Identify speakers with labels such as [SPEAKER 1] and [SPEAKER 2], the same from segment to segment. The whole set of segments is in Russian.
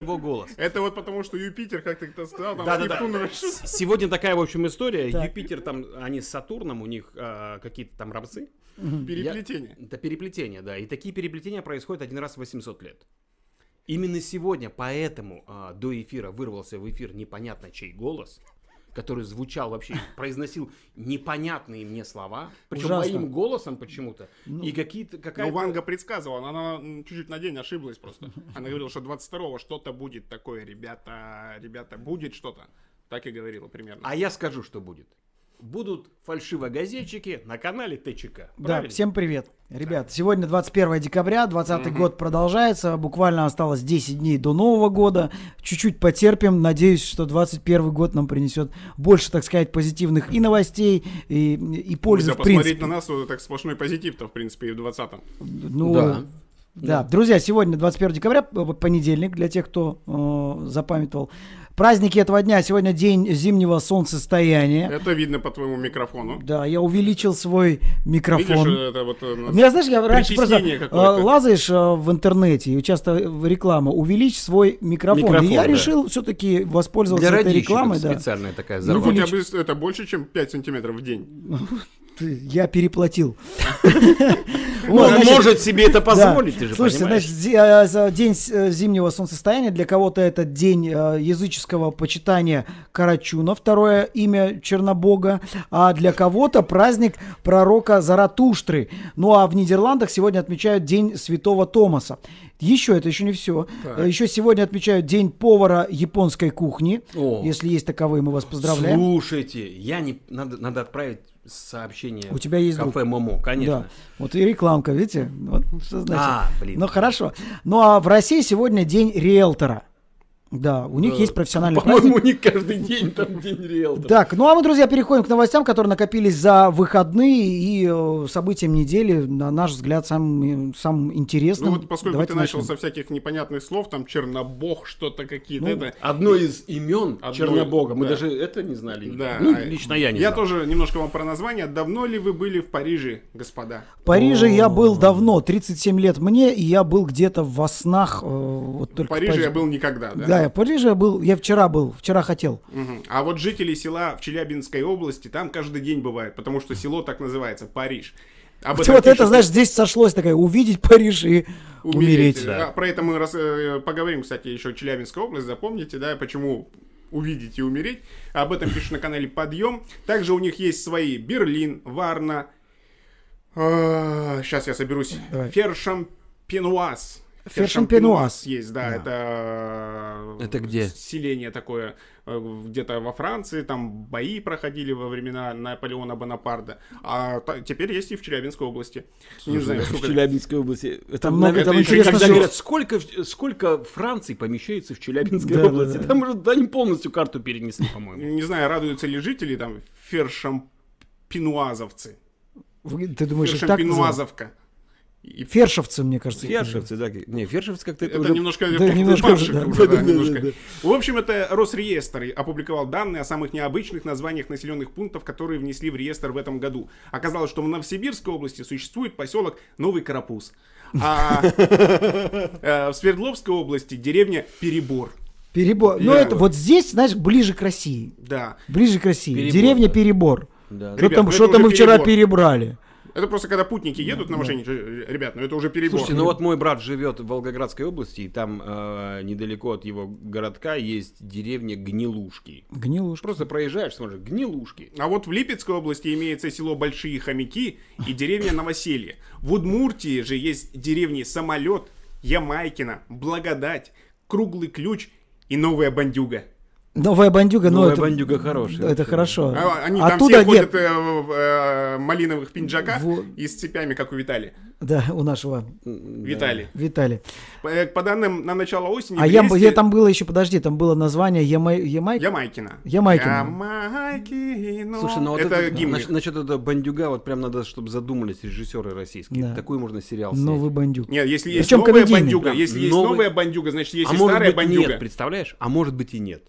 [SPEAKER 1] его голос.
[SPEAKER 2] Это вот потому, что Юпитер, как ты это сказал, там
[SPEAKER 1] Да-да-да.
[SPEAKER 2] Нептун расширен.
[SPEAKER 1] С- Сегодня такая, в общем, история.
[SPEAKER 3] Так.
[SPEAKER 1] Юпитер там, они с Сатурном, у них а, какие-то там рабцы.
[SPEAKER 2] Переплетение. Ну,
[SPEAKER 1] Я- Это переплетение, да. И такие переплетения происходят один раз в 800 лет. Именно сегодня, поэтому а, до эфира вырвался в эфир непонятно чей голос, который звучал вообще, произносил непонятные мне слова, причем
[SPEAKER 3] Ужасно. Ну,
[SPEAKER 1] моим голосом почему-то, и какие-то
[SPEAKER 2] Но
[SPEAKER 1] какая-то...
[SPEAKER 2] Ванга предсказывала, она м, чуть-чуть на день ошиблась просто. Она говорила, что 22-го что-то будет такое, ребята, ребята, будет что-то. Так и говорила примерно.
[SPEAKER 1] А я скажу, что будет. Будут фальшивогазетчики на канале ТЧК.
[SPEAKER 3] Да,
[SPEAKER 1] Правильно?
[SPEAKER 3] всем привет. Ребят, сегодня 21 декабря, 20 год продолжается, буквально осталось 10 дней до Нового года. Чуть-чуть потерпим, надеюсь, что 21 год нам принесет больше, так сказать, позитивных и новостей, и, и пользы,
[SPEAKER 2] Нельзя
[SPEAKER 3] в
[SPEAKER 2] посмотреть
[SPEAKER 3] принципе.
[SPEAKER 2] на нас, вот так сплошной позитив-то, в принципе, и в 20-м.
[SPEAKER 3] Ну,
[SPEAKER 1] Да.
[SPEAKER 3] да. друзья, сегодня 21 декабря, п- понедельник, для тех, кто э, запамятовал. Праздники этого дня, сегодня день зимнего солнцестояния.
[SPEAKER 2] Это видно по твоему микрофону.
[SPEAKER 3] Да, я увеличил свой микрофон.
[SPEAKER 2] Видишь, это вот... э, на-
[SPEAKER 3] Меня, знаешь, я раньше просто
[SPEAKER 2] Притеснение
[SPEAKER 3] э,
[SPEAKER 2] какое-то.
[SPEAKER 3] лазаешь э, в интернете, и часто в- реклама, увеличь свой микрофон.
[SPEAKER 1] Микрофон,
[SPEAKER 3] и я
[SPEAKER 1] да.
[SPEAKER 3] решил все-таки воспользоваться
[SPEAKER 1] Для
[SPEAKER 3] этой
[SPEAKER 1] радищиков
[SPEAKER 3] рекламой. Да.
[SPEAKER 1] специальная такая
[SPEAKER 2] Ну,
[SPEAKER 1] зарубка.
[SPEAKER 2] хотя бы с- это больше, чем 5 сантиметров в день.
[SPEAKER 3] Ты- Я переплатил.
[SPEAKER 1] Ну,
[SPEAKER 3] Вот,
[SPEAKER 1] он
[SPEAKER 3] значит,
[SPEAKER 1] может себе это позволить,
[SPEAKER 3] да.
[SPEAKER 1] ты же
[SPEAKER 3] Слушайте,
[SPEAKER 1] понимаешь.
[SPEAKER 3] значит, зи- э, за день с- э, зимнего солнцестояния, для кого-то это день э, языческого почитания Карачуна, второе имя Чернобога, а для кого-то праздник пророка Заратуштры. Ну а в Нидерландах сегодня отмечают День Святого Томаса. Еще, это еще не все.
[SPEAKER 2] Так.
[SPEAKER 3] Э, Еще сегодня отмечают День повара японской кухни.
[SPEAKER 1] О.
[SPEAKER 3] Если есть таковые, мы вас поздравляем.
[SPEAKER 1] Слушайте, я не... Надо, надо отправить сообщение
[SPEAKER 3] У тебя есть
[SPEAKER 1] кафе Момо,
[SPEAKER 3] Да.
[SPEAKER 1] конечно.
[SPEAKER 3] Вот и рекламка, видите? Вот что значит.
[SPEAKER 1] А, блин.
[SPEAKER 3] Ну хорошо. Ну а в России сегодня день риэлтора. Да, у них есть профессиональный
[SPEAKER 1] По-моему,
[SPEAKER 3] праздник.
[SPEAKER 1] у них каждый день там день риэлтора.
[SPEAKER 3] Так, ну а мы, друзья, переходим к новостям, которые накопились за выходные и э, событиям недели, на наш взгляд, самым, э, самым интересным.
[SPEAKER 2] Ну вот поскольку
[SPEAKER 3] Давайте
[SPEAKER 2] ты начал
[SPEAKER 3] начнем.
[SPEAKER 2] со всяких непонятных слов, там чернобог, что-то какие-то,
[SPEAKER 3] Ну,
[SPEAKER 2] это...
[SPEAKER 1] Одно из имен
[SPEAKER 2] Одно-
[SPEAKER 1] Чернобога. Мы
[SPEAKER 2] да.
[SPEAKER 1] даже это не знали.
[SPEAKER 2] Да,
[SPEAKER 1] Ну,
[SPEAKER 2] а-
[SPEAKER 1] лично я не
[SPEAKER 2] Я
[SPEAKER 1] знал.
[SPEAKER 2] тоже немножко вам про название. Давно ли вы были в Париже, господа?
[SPEAKER 3] В Париже я был давно, 37 лет мне, и я был где-то во снах. э, вот
[SPEAKER 2] В
[SPEAKER 3] только
[SPEAKER 2] Париже
[SPEAKER 3] Париж-
[SPEAKER 2] я был никогда, да?
[SPEAKER 3] Да, я в Париже я был, я вчера был, вчера хотел.
[SPEAKER 2] Мгм. А вот жители села в Челябинской области там каждый день бывает, потому что село так называется, Париж. Об
[SPEAKER 3] Вот,
[SPEAKER 2] этом
[SPEAKER 3] это,
[SPEAKER 2] пишут
[SPEAKER 3] знаешь, здесь сошлось такая, увидеть Париж и умереть.
[SPEAKER 2] А Про это мы раз- э, поговорим, кстати, еще Челябинская область, запомните, да, почему увидеть и умереть. Об этом пишут на канале Подъем. Также у них есть свои Берлин, Варна. Сейчас я соберусь.
[SPEAKER 3] Давай.
[SPEAKER 2] Фершам Пенуаз.
[SPEAKER 3] Фершампенуаз.
[SPEAKER 2] есть, да,
[SPEAKER 3] Да.
[SPEAKER 2] это... э,
[SPEAKER 1] Это где?
[SPEAKER 2] Селение такое, э, где-то во Франции, там бои проходили во времена Наполеона Бонапарта, а та- теперь есть и в Челябинской области. Не знаю,
[SPEAKER 1] в
[SPEAKER 2] сколько-
[SPEAKER 1] Челябинской области. Это,
[SPEAKER 3] Там много-
[SPEAKER 1] наверное,
[SPEAKER 2] там
[SPEAKER 1] еще
[SPEAKER 2] интересно,
[SPEAKER 1] когда
[SPEAKER 2] что-
[SPEAKER 1] говорят, сколько, в- сколько Франций помещается в Челябинской
[SPEAKER 3] Да, да,
[SPEAKER 1] области.
[SPEAKER 3] да.
[SPEAKER 1] Там уже да, они полностью карту перенесли, по-моему.
[SPEAKER 2] не знаю, радуются ли жители там фершам пинуазовцы.
[SPEAKER 3] Вы- Ты думаешь, их
[SPEAKER 2] Фершам
[SPEAKER 3] так называют?
[SPEAKER 2] пинуазовка. И ф-
[SPEAKER 3] Фершевцы, мне кажется. их называют.
[SPEAKER 1] да? Не, Фершевцы как-то
[SPEAKER 2] это немножко
[SPEAKER 3] да,
[SPEAKER 2] как-то
[SPEAKER 3] немножко
[SPEAKER 2] фаршик
[SPEAKER 3] уже, да.
[SPEAKER 2] уже, да,
[SPEAKER 1] Да-да-да-да-да.
[SPEAKER 2] немножко. В общем, это Росреестр опубликовал данные о самых необычных названиях населенных пунктов, которые внесли в реестр в этом году. Оказалось, что в Новосибирской области существует поселок Новый Карапуз. А э, в Свердловской области деревня Перебор.
[SPEAKER 3] Перебор. Ну,
[SPEAKER 2] Да.
[SPEAKER 3] это вот здесь, знаешь, ближе к России.
[SPEAKER 2] Да.
[SPEAKER 3] Ближе к России.
[SPEAKER 1] Перебор,
[SPEAKER 3] Деревня
[SPEAKER 1] да.
[SPEAKER 3] Перебор.
[SPEAKER 1] Да.
[SPEAKER 3] Что
[SPEAKER 2] Ребят, ну
[SPEAKER 3] там,
[SPEAKER 2] это
[SPEAKER 3] что там
[SPEAKER 2] уже
[SPEAKER 3] мы вчера
[SPEAKER 2] перебор.
[SPEAKER 3] перебрали?
[SPEAKER 2] Это просто когда путники едут на машине, ребят, ну это уже перебор.
[SPEAKER 1] Слушайте, ну вот мой брат живет в Волгоградской области, и там э, недалеко от его городка есть деревня Гнилушки.
[SPEAKER 3] Гнилушка.
[SPEAKER 1] Просто проезжаешь, смотришь, Гнилушки.
[SPEAKER 2] А вот в Липецкой области имеется село Большие Хомяки и деревня Новоселье. В Удмуртии же есть деревни Самолет, Ямайкина, Благодать, Круглый Ключ и Новая Бандюга.
[SPEAKER 3] Новая бандюга, ну
[SPEAKER 1] Новая
[SPEAKER 3] это...
[SPEAKER 1] бандюга хорошая.
[SPEAKER 3] Это хорошо.
[SPEAKER 2] А Они там
[SPEAKER 3] Оттуда
[SPEAKER 2] все ходят
[SPEAKER 3] нет.
[SPEAKER 2] э, в э, малиновых пинджаках
[SPEAKER 3] Во-
[SPEAKER 2] и с цепями, как у Витали.
[SPEAKER 3] Да, у нашего
[SPEAKER 2] Виталий.
[SPEAKER 3] Виталия.
[SPEAKER 2] По, э, по данным на начало осени...
[SPEAKER 3] А
[SPEAKER 2] в
[SPEAKER 3] я,
[SPEAKER 2] Бресте-
[SPEAKER 3] я там было еще, подожди, там было название Ямай... Ямайка?
[SPEAKER 2] Ямайкина.
[SPEAKER 3] Ямайкина.
[SPEAKER 2] Ямайкина.
[SPEAKER 1] Слушай, ну вот
[SPEAKER 2] это,
[SPEAKER 1] это,
[SPEAKER 2] гимн. их.
[SPEAKER 1] насчет, насчет этого бандюга, вот прям надо, чтобы задумались режиссеры российские.
[SPEAKER 3] Да. Ну,
[SPEAKER 1] Такой можно сериал снять.
[SPEAKER 3] Новый бандюк.
[SPEAKER 2] Нет, если есть
[SPEAKER 3] Причем
[SPEAKER 2] новая
[SPEAKER 3] комедийный.
[SPEAKER 2] бандюга,
[SPEAKER 1] Прям
[SPEAKER 2] если есть
[SPEAKER 1] новый-
[SPEAKER 2] новая бандюга, значит есть
[SPEAKER 1] а
[SPEAKER 2] и
[SPEAKER 1] может
[SPEAKER 2] старая
[SPEAKER 1] быть
[SPEAKER 2] бандюга.
[SPEAKER 1] нет, представляешь? А может быть и нет.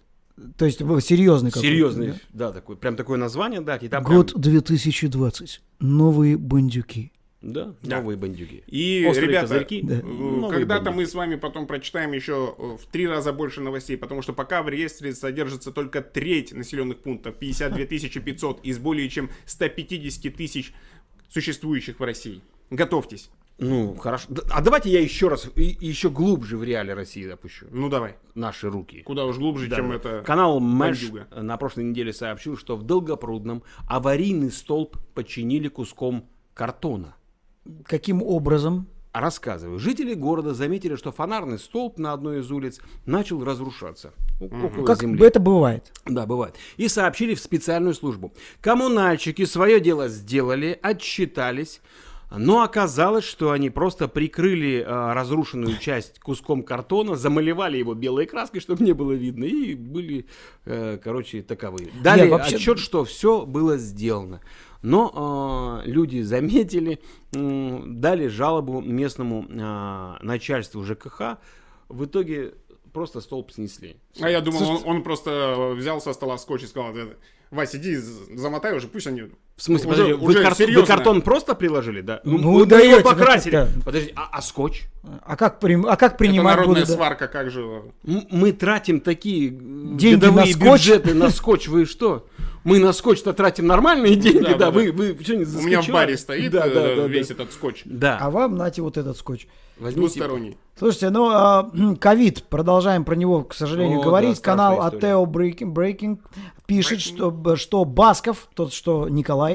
[SPEAKER 3] То есть в- серьезный какой-то.
[SPEAKER 1] Серьезный,
[SPEAKER 3] да.
[SPEAKER 1] да, такой, прям такое название дать. И там
[SPEAKER 3] Год
[SPEAKER 1] прям-
[SPEAKER 3] 2020. Новые бандюки.
[SPEAKER 1] Да,
[SPEAKER 2] Да.
[SPEAKER 1] новые бандюги.
[SPEAKER 2] И,
[SPEAKER 1] Острые
[SPEAKER 2] ребята,
[SPEAKER 1] козырьки.
[SPEAKER 2] э,
[SPEAKER 1] Да. Новые
[SPEAKER 2] когда-то
[SPEAKER 1] бандиты.
[SPEAKER 2] мы с вами потом прочитаем еще э, в три раза больше новостей, потому что пока в реестре содержится только треть населенных пунктов, 52 500 из более чем 150 тысяч существующих в России. Готовьтесь.
[SPEAKER 1] Ну, хорошо. Д- А давайте я еще раз, и- и еще глубже в реале России допущу.
[SPEAKER 2] Ну давай,
[SPEAKER 1] Наши руки.
[SPEAKER 2] куда уж глубже,
[SPEAKER 1] Да.
[SPEAKER 2] чем это.
[SPEAKER 1] Канал Мэш
[SPEAKER 2] бандюга.
[SPEAKER 1] на прошлой неделе сообщил, что в Долгопрудном аварийный столб починили куском картона.
[SPEAKER 3] Каким образом?
[SPEAKER 1] Рассказываю. Жители города заметили, что фонарный столб на одной из улиц начал разрушаться. У- около
[SPEAKER 3] Как
[SPEAKER 1] земли.
[SPEAKER 3] бы это бывает?
[SPEAKER 1] Да, бывает. И сообщили в специальную службу. Коммунальщики свое дело сделали, отчитались. Но оказалось, что они просто прикрыли э, разрушенную часть куском картона, замалевали его белой краской, чтобы не было видно, и были, э, короче, таковы. Дали
[SPEAKER 3] вообще-
[SPEAKER 1] отчет, что все было сделано. Но э, люди заметили, м, дали жалобу местному э, начальству ЖКХ. В итоге просто столб снесли.
[SPEAKER 2] А я думал, он, он просто взял со стола скотч и сказал, «Да, Вась, иди, з- замотай уже, пусть они...
[SPEAKER 1] В смысле,
[SPEAKER 2] Уже-
[SPEAKER 1] подожди,
[SPEAKER 2] уже
[SPEAKER 1] вы, карт- вы
[SPEAKER 2] серьезно.
[SPEAKER 1] картон просто приложили, да?
[SPEAKER 3] Ну,
[SPEAKER 1] вы
[SPEAKER 3] даете,
[SPEAKER 1] его
[SPEAKER 3] ну,
[SPEAKER 1] покрасили.
[SPEAKER 3] как-то.
[SPEAKER 1] Подожди, а, а скотч?
[SPEAKER 3] А как, прим- а как
[SPEAKER 2] Это
[SPEAKER 3] принимать
[SPEAKER 2] народная
[SPEAKER 3] будут? да?
[SPEAKER 2] сварка, как же...
[SPEAKER 1] М- Мы тратим такие
[SPEAKER 3] Деньги
[SPEAKER 1] деньги
[SPEAKER 3] на
[SPEAKER 1] годовые
[SPEAKER 3] скотч.
[SPEAKER 1] бюджеты на скотч, вы что? Мы на скотч-то тратим нормальные деньги, да,
[SPEAKER 2] да, да.
[SPEAKER 1] вы, вы что не
[SPEAKER 2] У меня в
[SPEAKER 1] заскочевали?
[SPEAKER 2] баре стоит
[SPEAKER 1] да,
[SPEAKER 2] э,
[SPEAKER 1] да, да,
[SPEAKER 2] весь
[SPEAKER 1] да.
[SPEAKER 2] этот скотч.
[SPEAKER 1] Да,
[SPEAKER 3] А вам, нате, вот этот скотч.
[SPEAKER 1] возьмите.
[SPEAKER 2] Двусторонний.
[SPEAKER 3] Слушайте, ну, а, м, ковид, продолжаем про него, к сожалению,
[SPEAKER 1] О,
[SPEAKER 3] говорить.
[SPEAKER 1] да, страшная
[SPEAKER 3] Канал
[SPEAKER 1] история.
[SPEAKER 3] Атео Breaking, Breaking пишет, что, б- что Басков, тот, что Николай,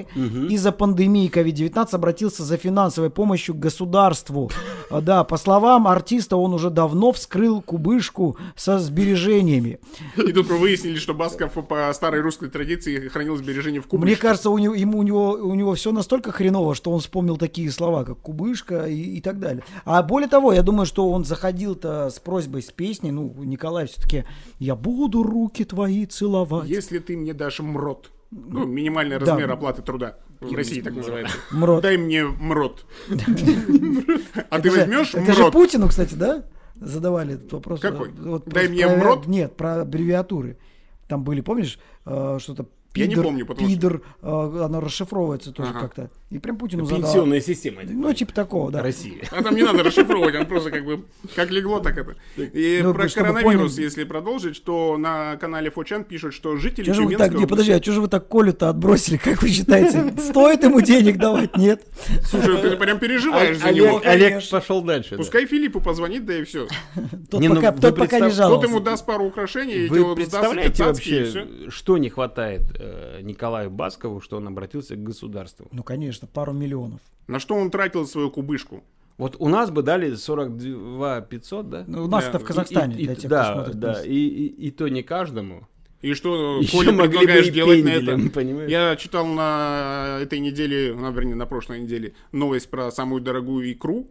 [SPEAKER 3] из-за пандемии COVID-19 обратился за финансовой помощью к государству. А, Да, по словам артиста, он уже давно вскрыл кубышку со сбережениями.
[SPEAKER 2] И тут мы выяснили, что Басков по старой русской традиции хранил сбережения в кубышке.
[SPEAKER 3] Мне кажется, у него, ему, у, него, у него все настолько хреново, что он вспомнил такие слова, как кубышка и, и так далее. А более того, я думаю, что он заходил-то с просьбой с песней, ну, Николай все-таки, я буду руки твои целовать.
[SPEAKER 2] Если ты мне дашь мрот, ну, минимальный
[SPEAKER 3] Да.
[SPEAKER 2] размер оплаты труда. В России так называется.
[SPEAKER 3] Мрот.
[SPEAKER 2] Дай мне мрот. А ты
[SPEAKER 3] Это же-
[SPEAKER 2] возьмешь
[SPEAKER 3] Это же
[SPEAKER 2] мрот?
[SPEAKER 3] Путину, кстати, да? Задавали этот вопрос.
[SPEAKER 2] Какой?
[SPEAKER 3] Вот
[SPEAKER 2] Дай
[SPEAKER 3] просто
[SPEAKER 2] мне
[SPEAKER 3] про-
[SPEAKER 2] мрот?
[SPEAKER 3] Нет, про аббревиатуры. Там были, помнишь, э, что-то
[SPEAKER 2] Я не
[SPEAKER 3] пидор,
[SPEAKER 2] помню, потому что-
[SPEAKER 3] пидор, э, оно расшифровывается тоже
[SPEAKER 2] Ага.
[SPEAKER 3] как-то. И прям Путину задал.
[SPEAKER 1] Пенсионная система это
[SPEAKER 3] Ну, типа такого, да.
[SPEAKER 1] России.
[SPEAKER 2] А там не надо расшифровывать, он просто как бы как легло, так это. И
[SPEAKER 3] Ну,
[SPEAKER 2] про
[SPEAKER 3] чтобы
[SPEAKER 2] коронавирус,
[SPEAKER 3] поняли.
[SPEAKER 2] если продолжить, то на канале Фочан пишут, что жители
[SPEAKER 3] Чё же вы
[SPEAKER 2] Тюменской
[SPEAKER 3] так, не,
[SPEAKER 2] области-
[SPEAKER 3] подожди, а что же вы так Колю-то отбросили, как вы считаете? Стоит ему денег давать, нет?
[SPEAKER 2] Слушай, ты прям переживаешь за него.
[SPEAKER 1] Олег, Олег
[SPEAKER 3] конечно.
[SPEAKER 1] пошел дальше. да.
[SPEAKER 2] Пускай Филиппу позвонит, да и все.
[SPEAKER 3] Тот
[SPEAKER 1] Не, ну,
[SPEAKER 3] пока,
[SPEAKER 1] вы
[SPEAKER 3] тот пока не
[SPEAKER 1] представ-
[SPEAKER 2] Тот
[SPEAKER 3] жаловался.
[SPEAKER 2] ему даст пару украшений, эти
[SPEAKER 1] Вы
[SPEAKER 2] вот сдаст
[SPEAKER 1] представляете
[SPEAKER 2] 15, и всё.
[SPEAKER 1] вообще, что не хватает э, Николаю Баскову, что он обратился к государству?
[SPEAKER 3] Ну, конечно, пару миллионов.
[SPEAKER 2] На что он тратил свою кубышку?
[SPEAKER 1] Вот у нас бы дали 42 500, да?
[SPEAKER 3] Ну, у нас это в
[SPEAKER 2] и-
[SPEAKER 3] Казахстане,
[SPEAKER 1] И- и-
[SPEAKER 3] для тех,
[SPEAKER 1] да,
[SPEAKER 3] кто смотрит.
[SPEAKER 1] да,
[SPEAKER 3] нас.
[SPEAKER 1] и, и- и то не каждому.
[SPEAKER 2] И что
[SPEAKER 1] Ещё
[SPEAKER 2] Коля
[SPEAKER 1] могли бы
[SPEAKER 2] предлагаешь
[SPEAKER 1] и
[SPEAKER 2] делать на это?
[SPEAKER 1] пенделем, понимаешь?
[SPEAKER 2] Я читал на этой неделе, на, вернее, на прошлой неделе новость про самую дорогую икру.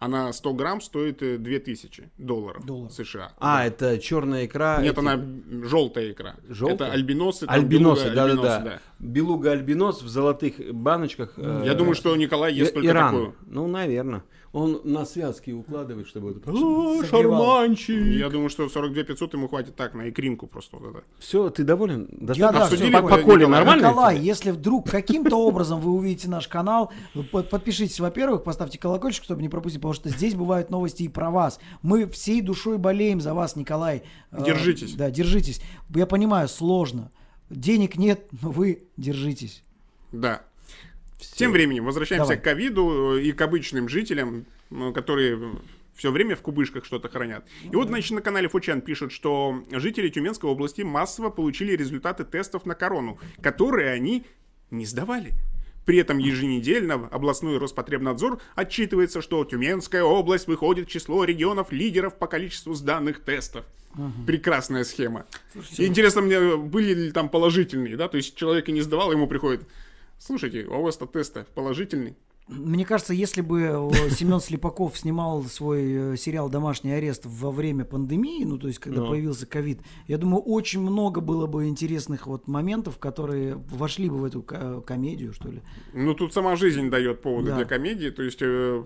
[SPEAKER 2] Она 100 грамм стоит э, 2000 долларов
[SPEAKER 3] Долларов.
[SPEAKER 2] США.
[SPEAKER 1] А, это черная икра.
[SPEAKER 2] Нет,
[SPEAKER 1] эти-
[SPEAKER 2] она желтая икра.
[SPEAKER 1] Желтая?
[SPEAKER 2] Это альбиносы. там
[SPEAKER 1] Альбиносы,
[SPEAKER 2] белуга,
[SPEAKER 1] да-да-да.
[SPEAKER 2] альбиносы,
[SPEAKER 1] Белуга альбинос в золотых баночках.
[SPEAKER 2] да.
[SPEAKER 1] э,
[SPEAKER 2] Ну, Я думаю, что Николай ест
[SPEAKER 1] и-
[SPEAKER 2] только
[SPEAKER 1] Иран.
[SPEAKER 2] такую.
[SPEAKER 1] Ну, наверное. Он на связки укладывает, чтобы... это-
[SPEAKER 3] Согревало.
[SPEAKER 1] О, шарманчик!
[SPEAKER 2] Я думаю, что 42 500 ему хватит так, на икринку просто вот это.
[SPEAKER 1] Все, ты доволен?
[SPEAKER 3] да,
[SPEAKER 1] Обсудили
[SPEAKER 2] всё,
[SPEAKER 1] по, по Коле
[SPEAKER 2] Николай.
[SPEAKER 1] нормально?
[SPEAKER 3] Николай,
[SPEAKER 1] тебе?
[SPEAKER 3] если вдруг каким-то образом вы увидите наш канал, вы по- подпишитесь, во-первых, поставьте колокольчик, чтобы не пропустить, потому что здесь бывают новости и про вас. Мы всей душой болеем за вас, Николай. Э,
[SPEAKER 2] Держитесь.
[SPEAKER 3] Да, держитесь. Я понимаю, сложно. Денег нет, но вы держитесь.
[SPEAKER 2] Да. Тем временем возвращаемся
[SPEAKER 3] Давай.
[SPEAKER 2] к ковиду э, и к обычным жителям, ну, которые все время в кубышках что-то хранят. И вот, значит, на канале Фучан пишут, что жители Тюменской области массово получили результаты тестов на корону, которые они не сдавали. При этом еженедельно областной Роспотребнадзор отчитывается, что Тюменская область выходит в число регионов лидеров по количеству сданных тестов. Прекрасная схема. И интересно мне, э, были ли там положительные, да? То есть человек и не сдавал, ему приходит, слушайте, а у вас-то тесты положительный.
[SPEAKER 3] Мне кажется, если бы Семен Слепаков снимал свой э, сериал «Домашний арест» во время пандемии, ну, то есть, когда появился ковид, я думаю, очень много было бы интересных вот моментов, которые вошли бы в эту ко- комедию, что ли.
[SPEAKER 2] Ну, тут сама жизнь дает поводы
[SPEAKER 3] Да.
[SPEAKER 2] для комедии. То есть, э,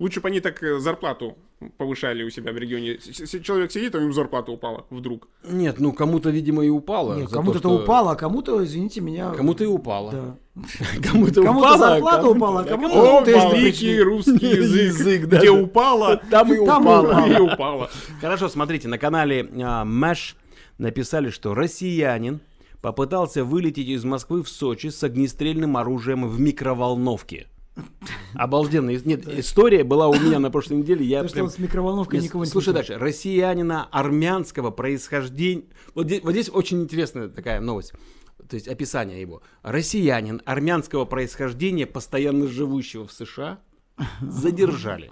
[SPEAKER 2] Лучше бы они так э, зарплату повышали у себя в регионе. С- с- Человек сидит, а у него зарплата упала вдруг.
[SPEAKER 1] Нет, ну кому-то, видимо, и упало.
[SPEAKER 3] Нет,
[SPEAKER 1] за
[SPEAKER 3] кому-то
[SPEAKER 1] то,
[SPEAKER 3] это
[SPEAKER 1] что-
[SPEAKER 3] упало, а кому-то, извините меня...
[SPEAKER 1] Кому-то и упало.
[SPEAKER 3] Да.
[SPEAKER 1] Кому-то,
[SPEAKER 3] Кому-то
[SPEAKER 1] упало, а
[SPEAKER 3] зарплата
[SPEAKER 1] кому-то-
[SPEAKER 3] упала, а
[SPEAKER 1] да,
[SPEAKER 3] кому-то
[SPEAKER 2] О,
[SPEAKER 3] тест
[SPEAKER 2] великий
[SPEAKER 3] пришли.
[SPEAKER 2] русский
[SPEAKER 1] Язык,
[SPEAKER 2] язык,
[SPEAKER 1] да.
[SPEAKER 2] где упало,
[SPEAKER 1] Там и
[SPEAKER 3] Там и
[SPEAKER 1] упало.
[SPEAKER 2] и упало.
[SPEAKER 1] Хорошо, смотрите, на канале а, Мэш написали, что россиянин попытался вылететь из Москвы в Сочи с огнестрельным оружием в микроволновке. Обалденно. Нет, история была у меня на прошлой неделе. Я
[SPEAKER 3] То, что
[SPEAKER 1] прям-
[SPEAKER 3] он с микроволновкой
[SPEAKER 1] Нет,
[SPEAKER 3] никого не
[SPEAKER 1] Слушай
[SPEAKER 3] смешал.
[SPEAKER 1] дальше. Россиянина армянского происхождения. Вот здесь, вот здесь очень интересная такая новость. То есть описание его. Россиянин армянского происхождения, постоянно живущего в США, задержали.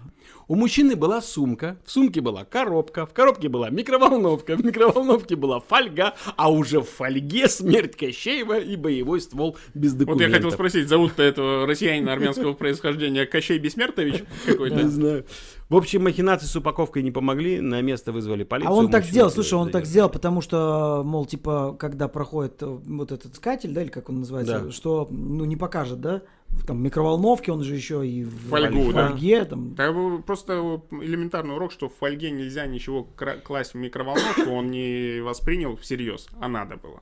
[SPEAKER 1] У мужчины была сумка, в сумке была коробка, в коробке была микроволновка, в микроволновке была фольга, а уже в фольге смерть Кощеева и боевой ствол без
[SPEAKER 2] Вот
[SPEAKER 1] документов.
[SPEAKER 2] я хотел спросить, зовут-то этого россиянина армянского происхождения Кощей Бессмертович
[SPEAKER 1] Не
[SPEAKER 2] какой-то?
[SPEAKER 1] знаю. В общем, махинации с упаковкой не помогли, на место вызвали полицию.
[SPEAKER 3] А он так
[SPEAKER 1] мужчину
[SPEAKER 3] сделал, слушай, он так
[SPEAKER 1] задержали.
[SPEAKER 3] сделал, потому что, мол, типа, когда проходит э, вот этот искатель, да, или как он называется,
[SPEAKER 1] Да.
[SPEAKER 3] что, ну, не покажет, да, в там микроволновке, он же еще и в
[SPEAKER 2] Фольгу, да.
[SPEAKER 3] фольге, там,
[SPEAKER 2] Да, э, просто элементарный урок, что в фольге нельзя ничего кра- класть в микроволновку, он не воспринял всерьез, а надо было.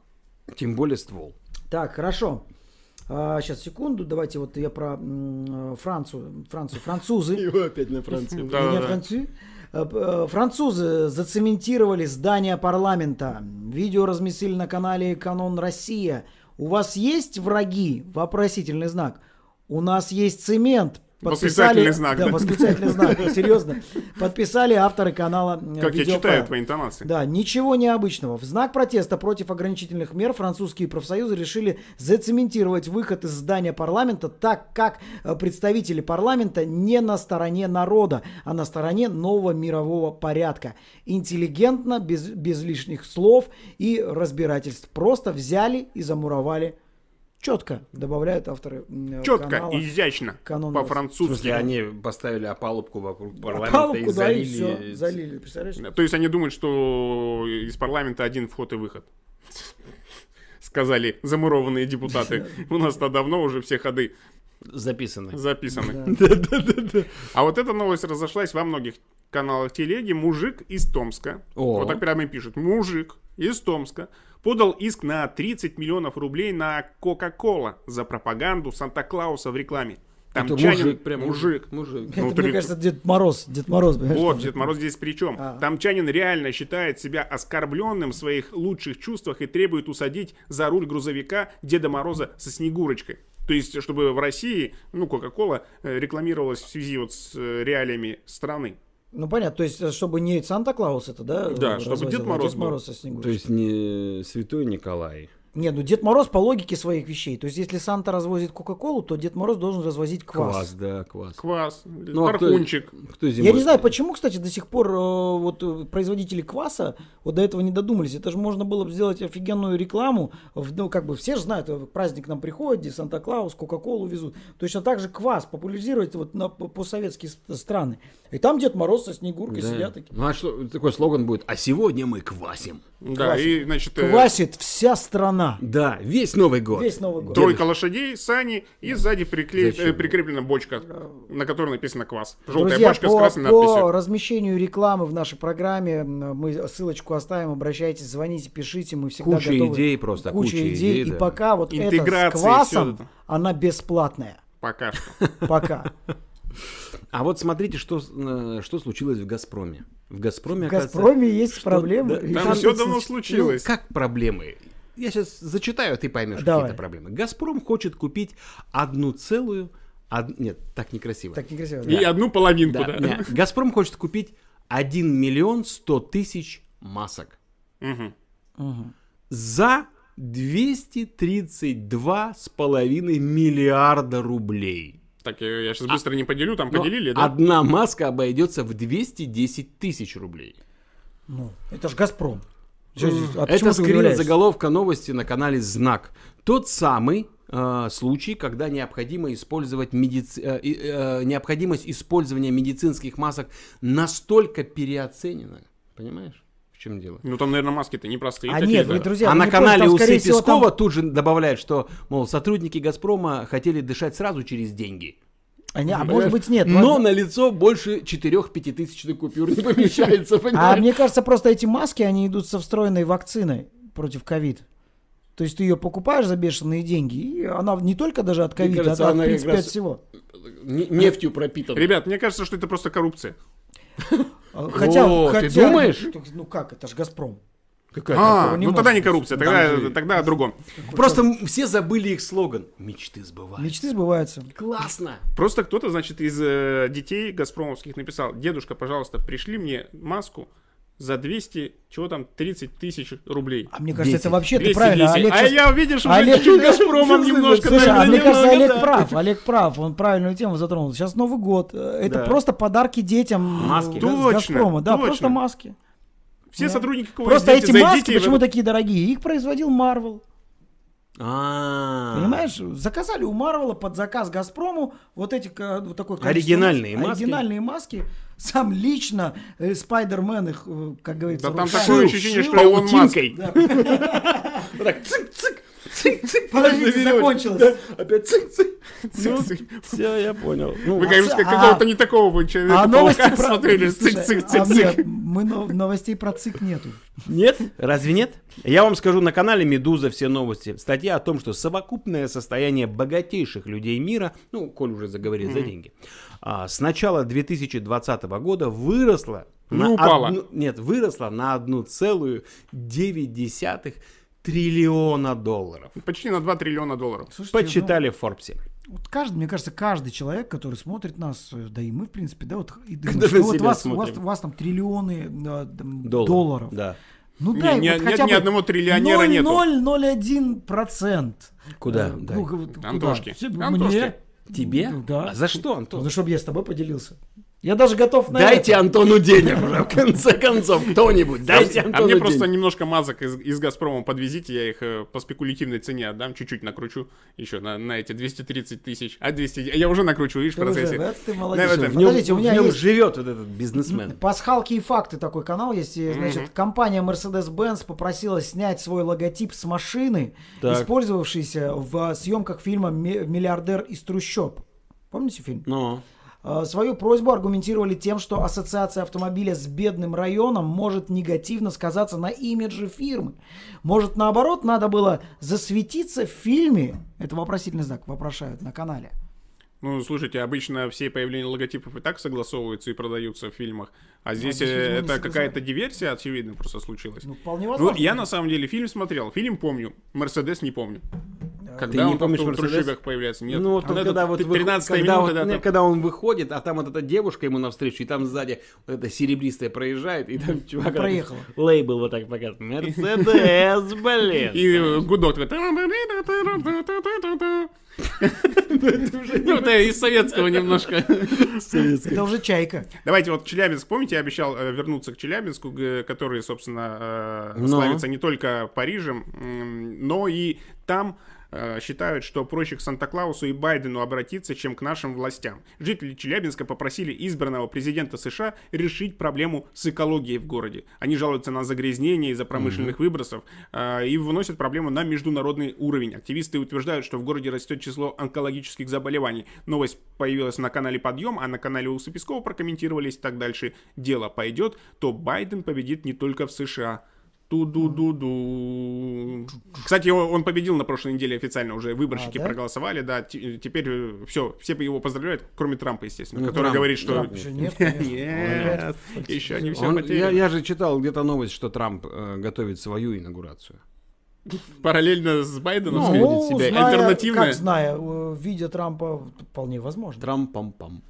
[SPEAKER 1] Тем более ствол.
[SPEAKER 3] Так, хорошо. сейчас, секунду, давайте вот я про м, э, Францию, Францию, французы.
[SPEAKER 1] Его опять на Францию.
[SPEAKER 2] Да,
[SPEAKER 3] Не
[SPEAKER 2] да.
[SPEAKER 3] французы. Э, э, Французы зацементировали здание парламента. Видео разместили на канале Канон Россия. У вас есть враги? Вопросительный знак. У нас есть цемент.
[SPEAKER 2] Восклицательный знак,
[SPEAKER 3] Да,
[SPEAKER 2] да.
[SPEAKER 3] восклицательный знак. Серьезно. Подписали авторы канала. э,
[SPEAKER 2] Как я
[SPEAKER 3] видеофайл.
[SPEAKER 2] читаю твои интонации.
[SPEAKER 3] Да, ничего необычного. В знак протеста против ограничительных мер французские профсоюзы решили зацементировать выход из здания парламента, так как э, представители парламента не на стороне народа, а на стороне нового мирового порядка. Интеллигентно, без, без лишних слов и разбирательств. Просто взяли и замуровали четко, добавляют авторы м, э,
[SPEAKER 2] Четко,
[SPEAKER 3] канала.
[SPEAKER 2] изящно,
[SPEAKER 3] «Канон России».
[SPEAKER 1] В смысле,
[SPEAKER 2] по-французски.
[SPEAKER 1] они поставили опалубку вокруг парламента
[SPEAKER 3] Палубку,
[SPEAKER 1] и
[SPEAKER 3] да, и
[SPEAKER 1] залили...
[SPEAKER 3] всё, залили, представляешь?
[SPEAKER 2] То есть они думают, что из парламента один вход и выход. Сказали замурованные депутаты. У нас-то давно уже все ходы
[SPEAKER 1] Записаны.
[SPEAKER 2] записаны.
[SPEAKER 3] Да.
[SPEAKER 2] А вот эта новость разошлась во многих каналах телеги. Мужик из Томска,
[SPEAKER 1] О.
[SPEAKER 2] вот так прямо и пишет, мужик из Томска подал иск на 30 миллионов рублей на Кока-Кола за пропаганду Санта-Клауса в рекламе. Там
[SPEAKER 1] Это
[SPEAKER 2] чанин-
[SPEAKER 1] мужик прям.
[SPEAKER 2] мужик.
[SPEAKER 1] Мужик.
[SPEAKER 3] Это,
[SPEAKER 2] Ну,
[SPEAKER 3] мне
[SPEAKER 2] ты-
[SPEAKER 3] кажется, Дед Мороз. Дед Мороз, понимаешь,
[SPEAKER 2] Вот,
[SPEAKER 3] там.
[SPEAKER 2] Дед Мороз здесь при чем?
[SPEAKER 3] А.
[SPEAKER 2] Тамчанин реально считает себя оскорбленным в своих лучших чувствах и требует усадить за руль грузовика Деда Мороза со Снегурочкой. То есть, чтобы в России, ну, Кока-Кола э, рекламировалась в связи вот с э, реалиями страны.
[SPEAKER 3] Ну понятно, то есть э, чтобы не Санта-Клаус это, да?
[SPEAKER 2] Да,
[SPEAKER 3] э,
[SPEAKER 2] чтобы
[SPEAKER 3] развозил,
[SPEAKER 2] Дед
[SPEAKER 3] а
[SPEAKER 2] Мороз
[SPEAKER 3] Дед
[SPEAKER 2] был.
[SPEAKER 3] Мороз со Снегурочкой.
[SPEAKER 1] То есть не святой Николай.
[SPEAKER 3] Не, ну Дед Мороз по логике своих вещей. То есть если Санта развозит Кока-Колу, то Дед Мороз должен развозить квас.
[SPEAKER 1] Квас, да, квас.
[SPEAKER 2] Квас,
[SPEAKER 1] Ну, а кто-
[SPEAKER 2] тархунчик.
[SPEAKER 1] Кто зимой?
[SPEAKER 3] Я не знаю, почему, кстати, до сих пор э, вот э, производители кваса вот до этого не додумались. Это же можно было бы сделать офигенную рекламу. В- ну, как бы все же знают, э, праздник к нам приходит, где Санта-Клаус, Кока-Колу везут. Точно так же квас популяризировать вот на по- постсоветские с- страны. И там Дед Мороз со Снегуркой
[SPEAKER 1] Да.
[SPEAKER 3] сидят такие.
[SPEAKER 1] Ну, а что, такой слоган будет, а сегодня мы квасим.
[SPEAKER 2] Да,
[SPEAKER 3] Квас.
[SPEAKER 2] и, значит, э,
[SPEAKER 3] Квасит вся страна.
[SPEAKER 1] Да, весь Новый год.
[SPEAKER 3] Весь Новый год.
[SPEAKER 2] тройка лошадей, сани, и сзади прикле-
[SPEAKER 1] Зачем?
[SPEAKER 2] э, прикреплена бочка, на которой написано квас. Желтая
[SPEAKER 3] Э, Друзья,
[SPEAKER 2] бочка
[SPEAKER 3] по,
[SPEAKER 2] с красной
[SPEAKER 3] по
[SPEAKER 2] надписью.
[SPEAKER 3] размещению рекламы в нашей программе м, мы ссылочку оставим, обращайтесь, звоните, пишите, мы всегда
[SPEAKER 1] Куча
[SPEAKER 3] готовы.
[SPEAKER 1] идей просто,
[SPEAKER 3] Куча,
[SPEAKER 1] куча
[SPEAKER 3] идей,
[SPEAKER 1] идей,
[SPEAKER 3] и
[SPEAKER 1] да.
[SPEAKER 3] пока вот это с
[SPEAKER 2] Интеграции,
[SPEAKER 3] квасом,
[SPEAKER 2] всё это.
[SPEAKER 3] она бесплатная.
[SPEAKER 2] Пока что.
[SPEAKER 3] Пока.
[SPEAKER 1] А вот смотрите, что, с- э, что случилось в «Газпроме». В «Газпроме»,
[SPEAKER 3] В
[SPEAKER 1] оказывается,
[SPEAKER 3] «Газпроме» есть проблемы.
[SPEAKER 1] да,
[SPEAKER 3] и
[SPEAKER 2] Там
[SPEAKER 3] там
[SPEAKER 2] все
[SPEAKER 3] есть-
[SPEAKER 2] давно случилось.
[SPEAKER 1] Ну, как проблемы? Я сейчас зачитаю, а ты поймешь
[SPEAKER 3] Давай.
[SPEAKER 1] какие-то проблемы. Газпром хочет купить одну целую... од- Нет, так некрасиво.
[SPEAKER 3] Так некрасиво. да.
[SPEAKER 2] И одну половинку,
[SPEAKER 1] Да,
[SPEAKER 2] да.
[SPEAKER 1] нет. Газпром хочет купить 1 миллион 100 тысяч масок
[SPEAKER 2] Мгм.
[SPEAKER 3] Мгм.
[SPEAKER 1] за 232,5 миллиарда рублей.
[SPEAKER 2] Так, э, я,
[SPEAKER 3] А,
[SPEAKER 2] сейчас быстро не поделю,
[SPEAKER 3] ну,
[SPEAKER 2] там поделили,
[SPEAKER 1] Но
[SPEAKER 2] да?
[SPEAKER 1] Одна маска обойдется в 210 тысяч рублей.
[SPEAKER 3] Ну, это же «Газпром». Чё здесь- а почему
[SPEAKER 1] Это
[SPEAKER 3] ты удивляешься?
[SPEAKER 1] скрин-заголовка новости на канале «Знак». Тот самый э, случай, когда необходимо использовать медици- э, и, э, необходимость использования медицинских масок настолько переоценена. Понимаешь, в чем дело?
[SPEAKER 2] Ну там, наверное, маски-то непростые.
[SPEAKER 3] А
[SPEAKER 2] такие,
[SPEAKER 3] нет,
[SPEAKER 2] да.
[SPEAKER 3] вы, друзья,
[SPEAKER 1] а
[SPEAKER 3] вы
[SPEAKER 1] на
[SPEAKER 3] не поняли,
[SPEAKER 1] канале
[SPEAKER 3] там,
[SPEAKER 1] Усы
[SPEAKER 3] скорее всего, там-
[SPEAKER 1] Пескова тут же добавляют, что, мол, сотрудники «Газпрома» хотели дышать сразу через деньги.
[SPEAKER 3] А, не- а может быть нет.
[SPEAKER 1] Но
[SPEAKER 3] Ладно.
[SPEAKER 1] на лицо больше 4-5 тысячных купюр не помещается,
[SPEAKER 3] А
[SPEAKER 1] понимаешь?
[SPEAKER 3] мне кажется, просто эти маски, они идут со встроенной вакциной против ковид. То есть ты ее покупаешь за бешеные деньги, и она не только даже от
[SPEAKER 1] Мне
[SPEAKER 3] ковида,
[SPEAKER 1] кажется,
[SPEAKER 3] а от, в
[SPEAKER 1] она как
[SPEAKER 3] принципе,
[SPEAKER 1] раз-
[SPEAKER 3] от всего.
[SPEAKER 1] Не- Нефтью пропитан.
[SPEAKER 2] Ребят, мне кажется, что это просто коррупция.
[SPEAKER 3] А, Хотя,
[SPEAKER 1] О, ты
[SPEAKER 3] хотя...
[SPEAKER 1] думаешь?
[SPEAKER 3] Ну как, это же Газпром.
[SPEAKER 1] Какая
[SPEAKER 2] А,
[SPEAKER 3] такого
[SPEAKER 2] ну
[SPEAKER 3] не может
[SPEAKER 2] тогда не
[SPEAKER 3] быть.
[SPEAKER 2] коррупция, тогда,
[SPEAKER 1] Бомжи.
[SPEAKER 2] тогда о другом.
[SPEAKER 1] такая? Просто м- все забыли их слоган. Мечты сбываются.
[SPEAKER 3] Мечты сбываются.
[SPEAKER 1] Классно.
[SPEAKER 2] Просто кто-то, значит, из э, детей Газпромовских написал, дедушка, пожалуйста, пришли мне маску за 200, чего там, 30 тысяч рублей.
[SPEAKER 3] А мне кажется, это
[SPEAKER 1] 10.
[SPEAKER 3] вообще ты
[SPEAKER 2] 210.
[SPEAKER 3] правильно. Олег
[SPEAKER 2] а
[SPEAKER 3] щас-
[SPEAKER 2] я, видишь, уже
[SPEAKER 3] Олег-
[SPEAKER 2] лечу Газпромом немножко.
[SPEAKER 3] Слушай,
[SPEAKER 2] да,
[SPEAKER 3] а мне
[SPEAKER 2] немного,
[SPEAKER 3] кажется, Олег
[SPEAKER 2] да.
[SPEAKER 3] прав, Олег прав, он правильную тему затронул. Сейчас Новый год, э, это
[SPEAKER 1] Да.
[SPEAKER 3] просто подарки детям
[SPEAKER 1] Маски.
[SPEAKER 3] э,
[SPEAKER 2] Точно,
[SPEAKER 3] Газпрома, да,
[SPEAKER 2] точно.
[SPEAKER 3] просто маски.
[SPEAKER 2] Все
[SPEAKER 3] Да.
[SPEAKER 2] сотрудники КВС,
[SPEAKER 3] Ну, Просто
[SPEAKER 2] дети,
[SPEAKER 3] эти маски
[SPEAKER 2] зайдите и
[SPEAKER 3] почему
[SPEAKER 2] вот-
[SPEAKER 3] такие дорогие? Их производил Марвел,
[SPEAKER 1] А.
[SPEAKER 3] понимаешь? Заказали у Марвела под заказ Газпрому вот эти ка- вот такой количество
[SPEAKER 1] Оригинальные
[SPEAKER 3] масок.
[SPEAKER 1] маски.
[SPEAKER 3] оригинальные маски. Сам лично э, Спайдермен их, э, как говорится,
[SPEAKER 2] Да там
[SPEAKER 3] руками
[SPEAKER 2] такое
[SPEAKER 3] шил.
[SPEAKER 2] ощущение, что он Маск.
[SPEAKER 1] Паутинкой.
[SPEAKER 3] Да.
[SPEAKER 1] Вот так цик-цик, цик-цик.
[SPEAKER 3] Подождите,
[SPEAKER 1] Подожди,
[SPEAKER 3] закончилось.
[SPEAKER 1] да, Опять цик-цик.
[SPEAKER 3] Ну,
[SPEAKER 2] Цик-цик.
[SPEAKER 1] Все, я понял. Ну,
[SPEAKER 2] Вы, конечно,
[SPEAKER 3] а-
[SPEAKER 2] какого-то не такого вы человека
[SPEAKER 3] А новости про...
[SPEAKER 2] смотрели.
[SPEAKER 3] Слушай, а
[SPEAKER 2] Цик-цик-цик-цик.
[SPEAKER 3] мне- мы но- новостей про ЦИК нету.
[SPEAKER 1] а Нет? Разве нет? Я вам скажу, на канале «Медуза. Все новости» статья о том, что совокупное состояние богатейших людей мира, ну, коль уже заговорили за деньги, а, с начала 2020 года выросло...
[SPEAKER 2] Не упало.
[SPEAKER 1] одну- нет, выросло на 1,9 триллиона долларов.
[SPEAKER 2] Почти на 2 триллиона долларов.
[SPEAKER 3] Слушайте, ну,
[SPEAKER 1] Подсчитали в Форбсе.
[SPEAKER 3] Вот каждый, мне кажется, каждый человек, который смотрит нас, э, да и мы, в принципе, да, вот и думаем,
[SPEAKER 1] Когда
[SPEAKER 3] что
[SPEAKER 1] на
[SPEAKER 3] вот
[SPEAKER 1] себя
[SPEAKER 3] вас, у вас,
[SPEAKER 1] смотрим.
[SPEAKER 3] у вас там триллионы э, там,
[SPEAKER 1] Долларов.
[SPEAKER 3] долларов.
[SPEAKER 1] Да.
[SPEAKER 3] Ну
[SPEAKER 2] Не-
[SPEAKER 3] да, и
[SPEAKER 2] не-
[SPEAKER 3] вот
[SPEAKER 2] нет
[SPEAKER 3] хотя
[SPEAKER 2] ни
[SPEAKER 3] бы
[SPEAKER 2] одного триллионера нету.
[SPEAKER 3] 0,001 процент. Э, ну,
[SPEAKER 1] Куда? Дай.
[SPEAKER 2] Антошке.
[SPEAKER 3] Мне?
[SPEAKER 2] Антошке.
[SPEAKER 1] Тебе?
[SPEAKER 3] Ну да.
[SPEAKER 1] А за что,
[SPEAKER 3] Ну,
[SPEAKER 1] Антон?
[SPEAKER 3] чтобы я с тобой поделился. Я даже готов на
[SPEAKER 1] Дайте
[SPEAKER 3] это.
[SPEAKER 1] Антону денег уже, в конце концов, кто-нибудь. Дайте
[SPEAKER 2] а
[SPEAKER 1] Антону
[SPEAKER 2] мне просто
[SPEAKER 1] денег.
[SPEAKER 2] немножко мазок из, из Газпрома подвезите, я их э, по спекулятивной цене отдам, чуть-чуть накручу еще на, на эти 230 тысяч. А 200, я уже накручу, видишь, в
[SPEAKER 3] Ты уже,
[SPEAKER 2] процессе.
[SPEAKER 3] да, ты молодец.
[SPEAKER 2] Да, в этом.
[SPEAKER 1] В нем-
[SPEAKER 3] Подождите, у меня
[SPEAKER 1] в нем
[SPEAKER 3] есть
[SPEAKER 1] живет вот этот бизнесмен.
[SPEAKER 3] Пасхалки и факты такой канал есть. И, Значит, компания Mercedes-Benz попросила снять свой логотип с машины,
[SPEAKER 1] Так.
[SPEAKER 3] использовавшийся в съемках фильма «Ми- «Миллиардер из трущоб». Помните фильм?
[SPEAKER 1] Ну,
[SPEAKER 3] А, Свою просьбу аргументировали тем, что ассоциация автомобиля с бедным районом может негативно сказаться на имидже фирмы. Может, наоборот, надо было засветиться в фильме? Это вопросительный знак, вопрошают на канале.
[SPEAKER 2] Ну, слушайте, обычно все появления логотипов и так согласовываются и продаются в фильмах. А здесь
[SPEAKER 3] здесь,
[SPEAKER 2] э,
[SPEAKER 3] видимо, не
[SPEAKER 2] это
[SPEAKER 3] согласовали.
[SPEAKER 2] какая-то диверсия, очевидно, просто случилась.
[SPEAKER 3] Ну, вполне возможно.
[SPEAKER 2] Ну, я на самом деле фильм смотрел, фильм помню, Мерседес не помню. Когда
[SPEAKER 1] Ты не
[SPEAKER 2] он там
[SPEAKER 1] помнишь
[SPEAKER 2] в
[SPEAKER 1] «Мерседес»?
[SPEAKER 2] трущобах появляется? Нет.
[SPEAKER 1] ну вот
[SPEAKER 2] Вот
[SPEAKER 1] он
[SPEAKER 2] это
[SPEAKER 1] когда вот выход-
[SPEAKER 2] 13-я
[SPEAKER 1] когда,
[SPEAKER 2] минута,
[SPEAKER 1] он,
[SPEAKER 2] да,
[SPEAKER 1] не,
[SPEAKER 2] там.
[SPEAKER 1] когда он выходит, а там вот эта девушка ему навстречу, и там сзади вот эта серебристая проезжает, и там чувак
[SPEAKER 3] проехала.
[SPEAKER 1] лейбл вот так показывает. Мерседес,
[SPEAKER 2] И
[SPEAKER 1] блин.
[SPEAKER 2] э, гудок такой. Ну, это из советского немножко.
[SPEAKER 3] Это уже чайка.
[SPEAKER 2] Давайте вот Челябинск, помните, я обещал э, вернуться к Челябинску, г- э, который, собственно, э,
[SPEAKER 1] Но.
[SPEAKER 2] славится не только Парижем, м, но и там э, считают, что проще к Санта-Клаусу и Байдену обратиться, чем к нашим властям. Жители Челябинска попросили избранного президента США решить проблему с экологией в городе. Они жалуются на загрязнение из-за промышленных выбросов э, и выносят проблему на международный уровень. Активисты утверждают, что в городе растет число онкологических заболеваний. Новость появилась на канале «Подъем», а на канале Усы Пескова прокомментировались. Так дальше дело пойдет, то Байден победит не только в США. Ту-ду-ду-ду. Кстати, его- он победил на прошлой неделе официально уже. Выборщики
[SPEAKER 3] А, да?
[SPEAKER 2] проголосовали, да. Те- Теперь э, все, все его поздравляют, кроме Трампа, естественно,
[SPEAKER 1] Ну,
[SPEAKER 2] который
[SPEAKER 1] Трамп-
[SPEAKER 2] говорит, что...
[SPEAKER 1] Трамп
[SPEAKER 3] Еще нет, конечно.
[SPEAKER 2] Нет, еще не все
[SPEAKER 1] Он- я, я же читал где-то новость, что Трамп э, готовит свою инаугурацию.
[SPEAKER 2] Параллельно с Байденом
[SPEAKER 1] Ну,
[SPEAKER 2] сведет
[SPEAKER 1] ну,
[SPEAKER 2] себя.
[SPEAKER 3] зная-
[SPEAKER 2] Альтернативная.
[SPEAKER 3] Как зная, э, видя Трампа, вполне возможно.
[SPEAKER 1] Трамп-пам-пам.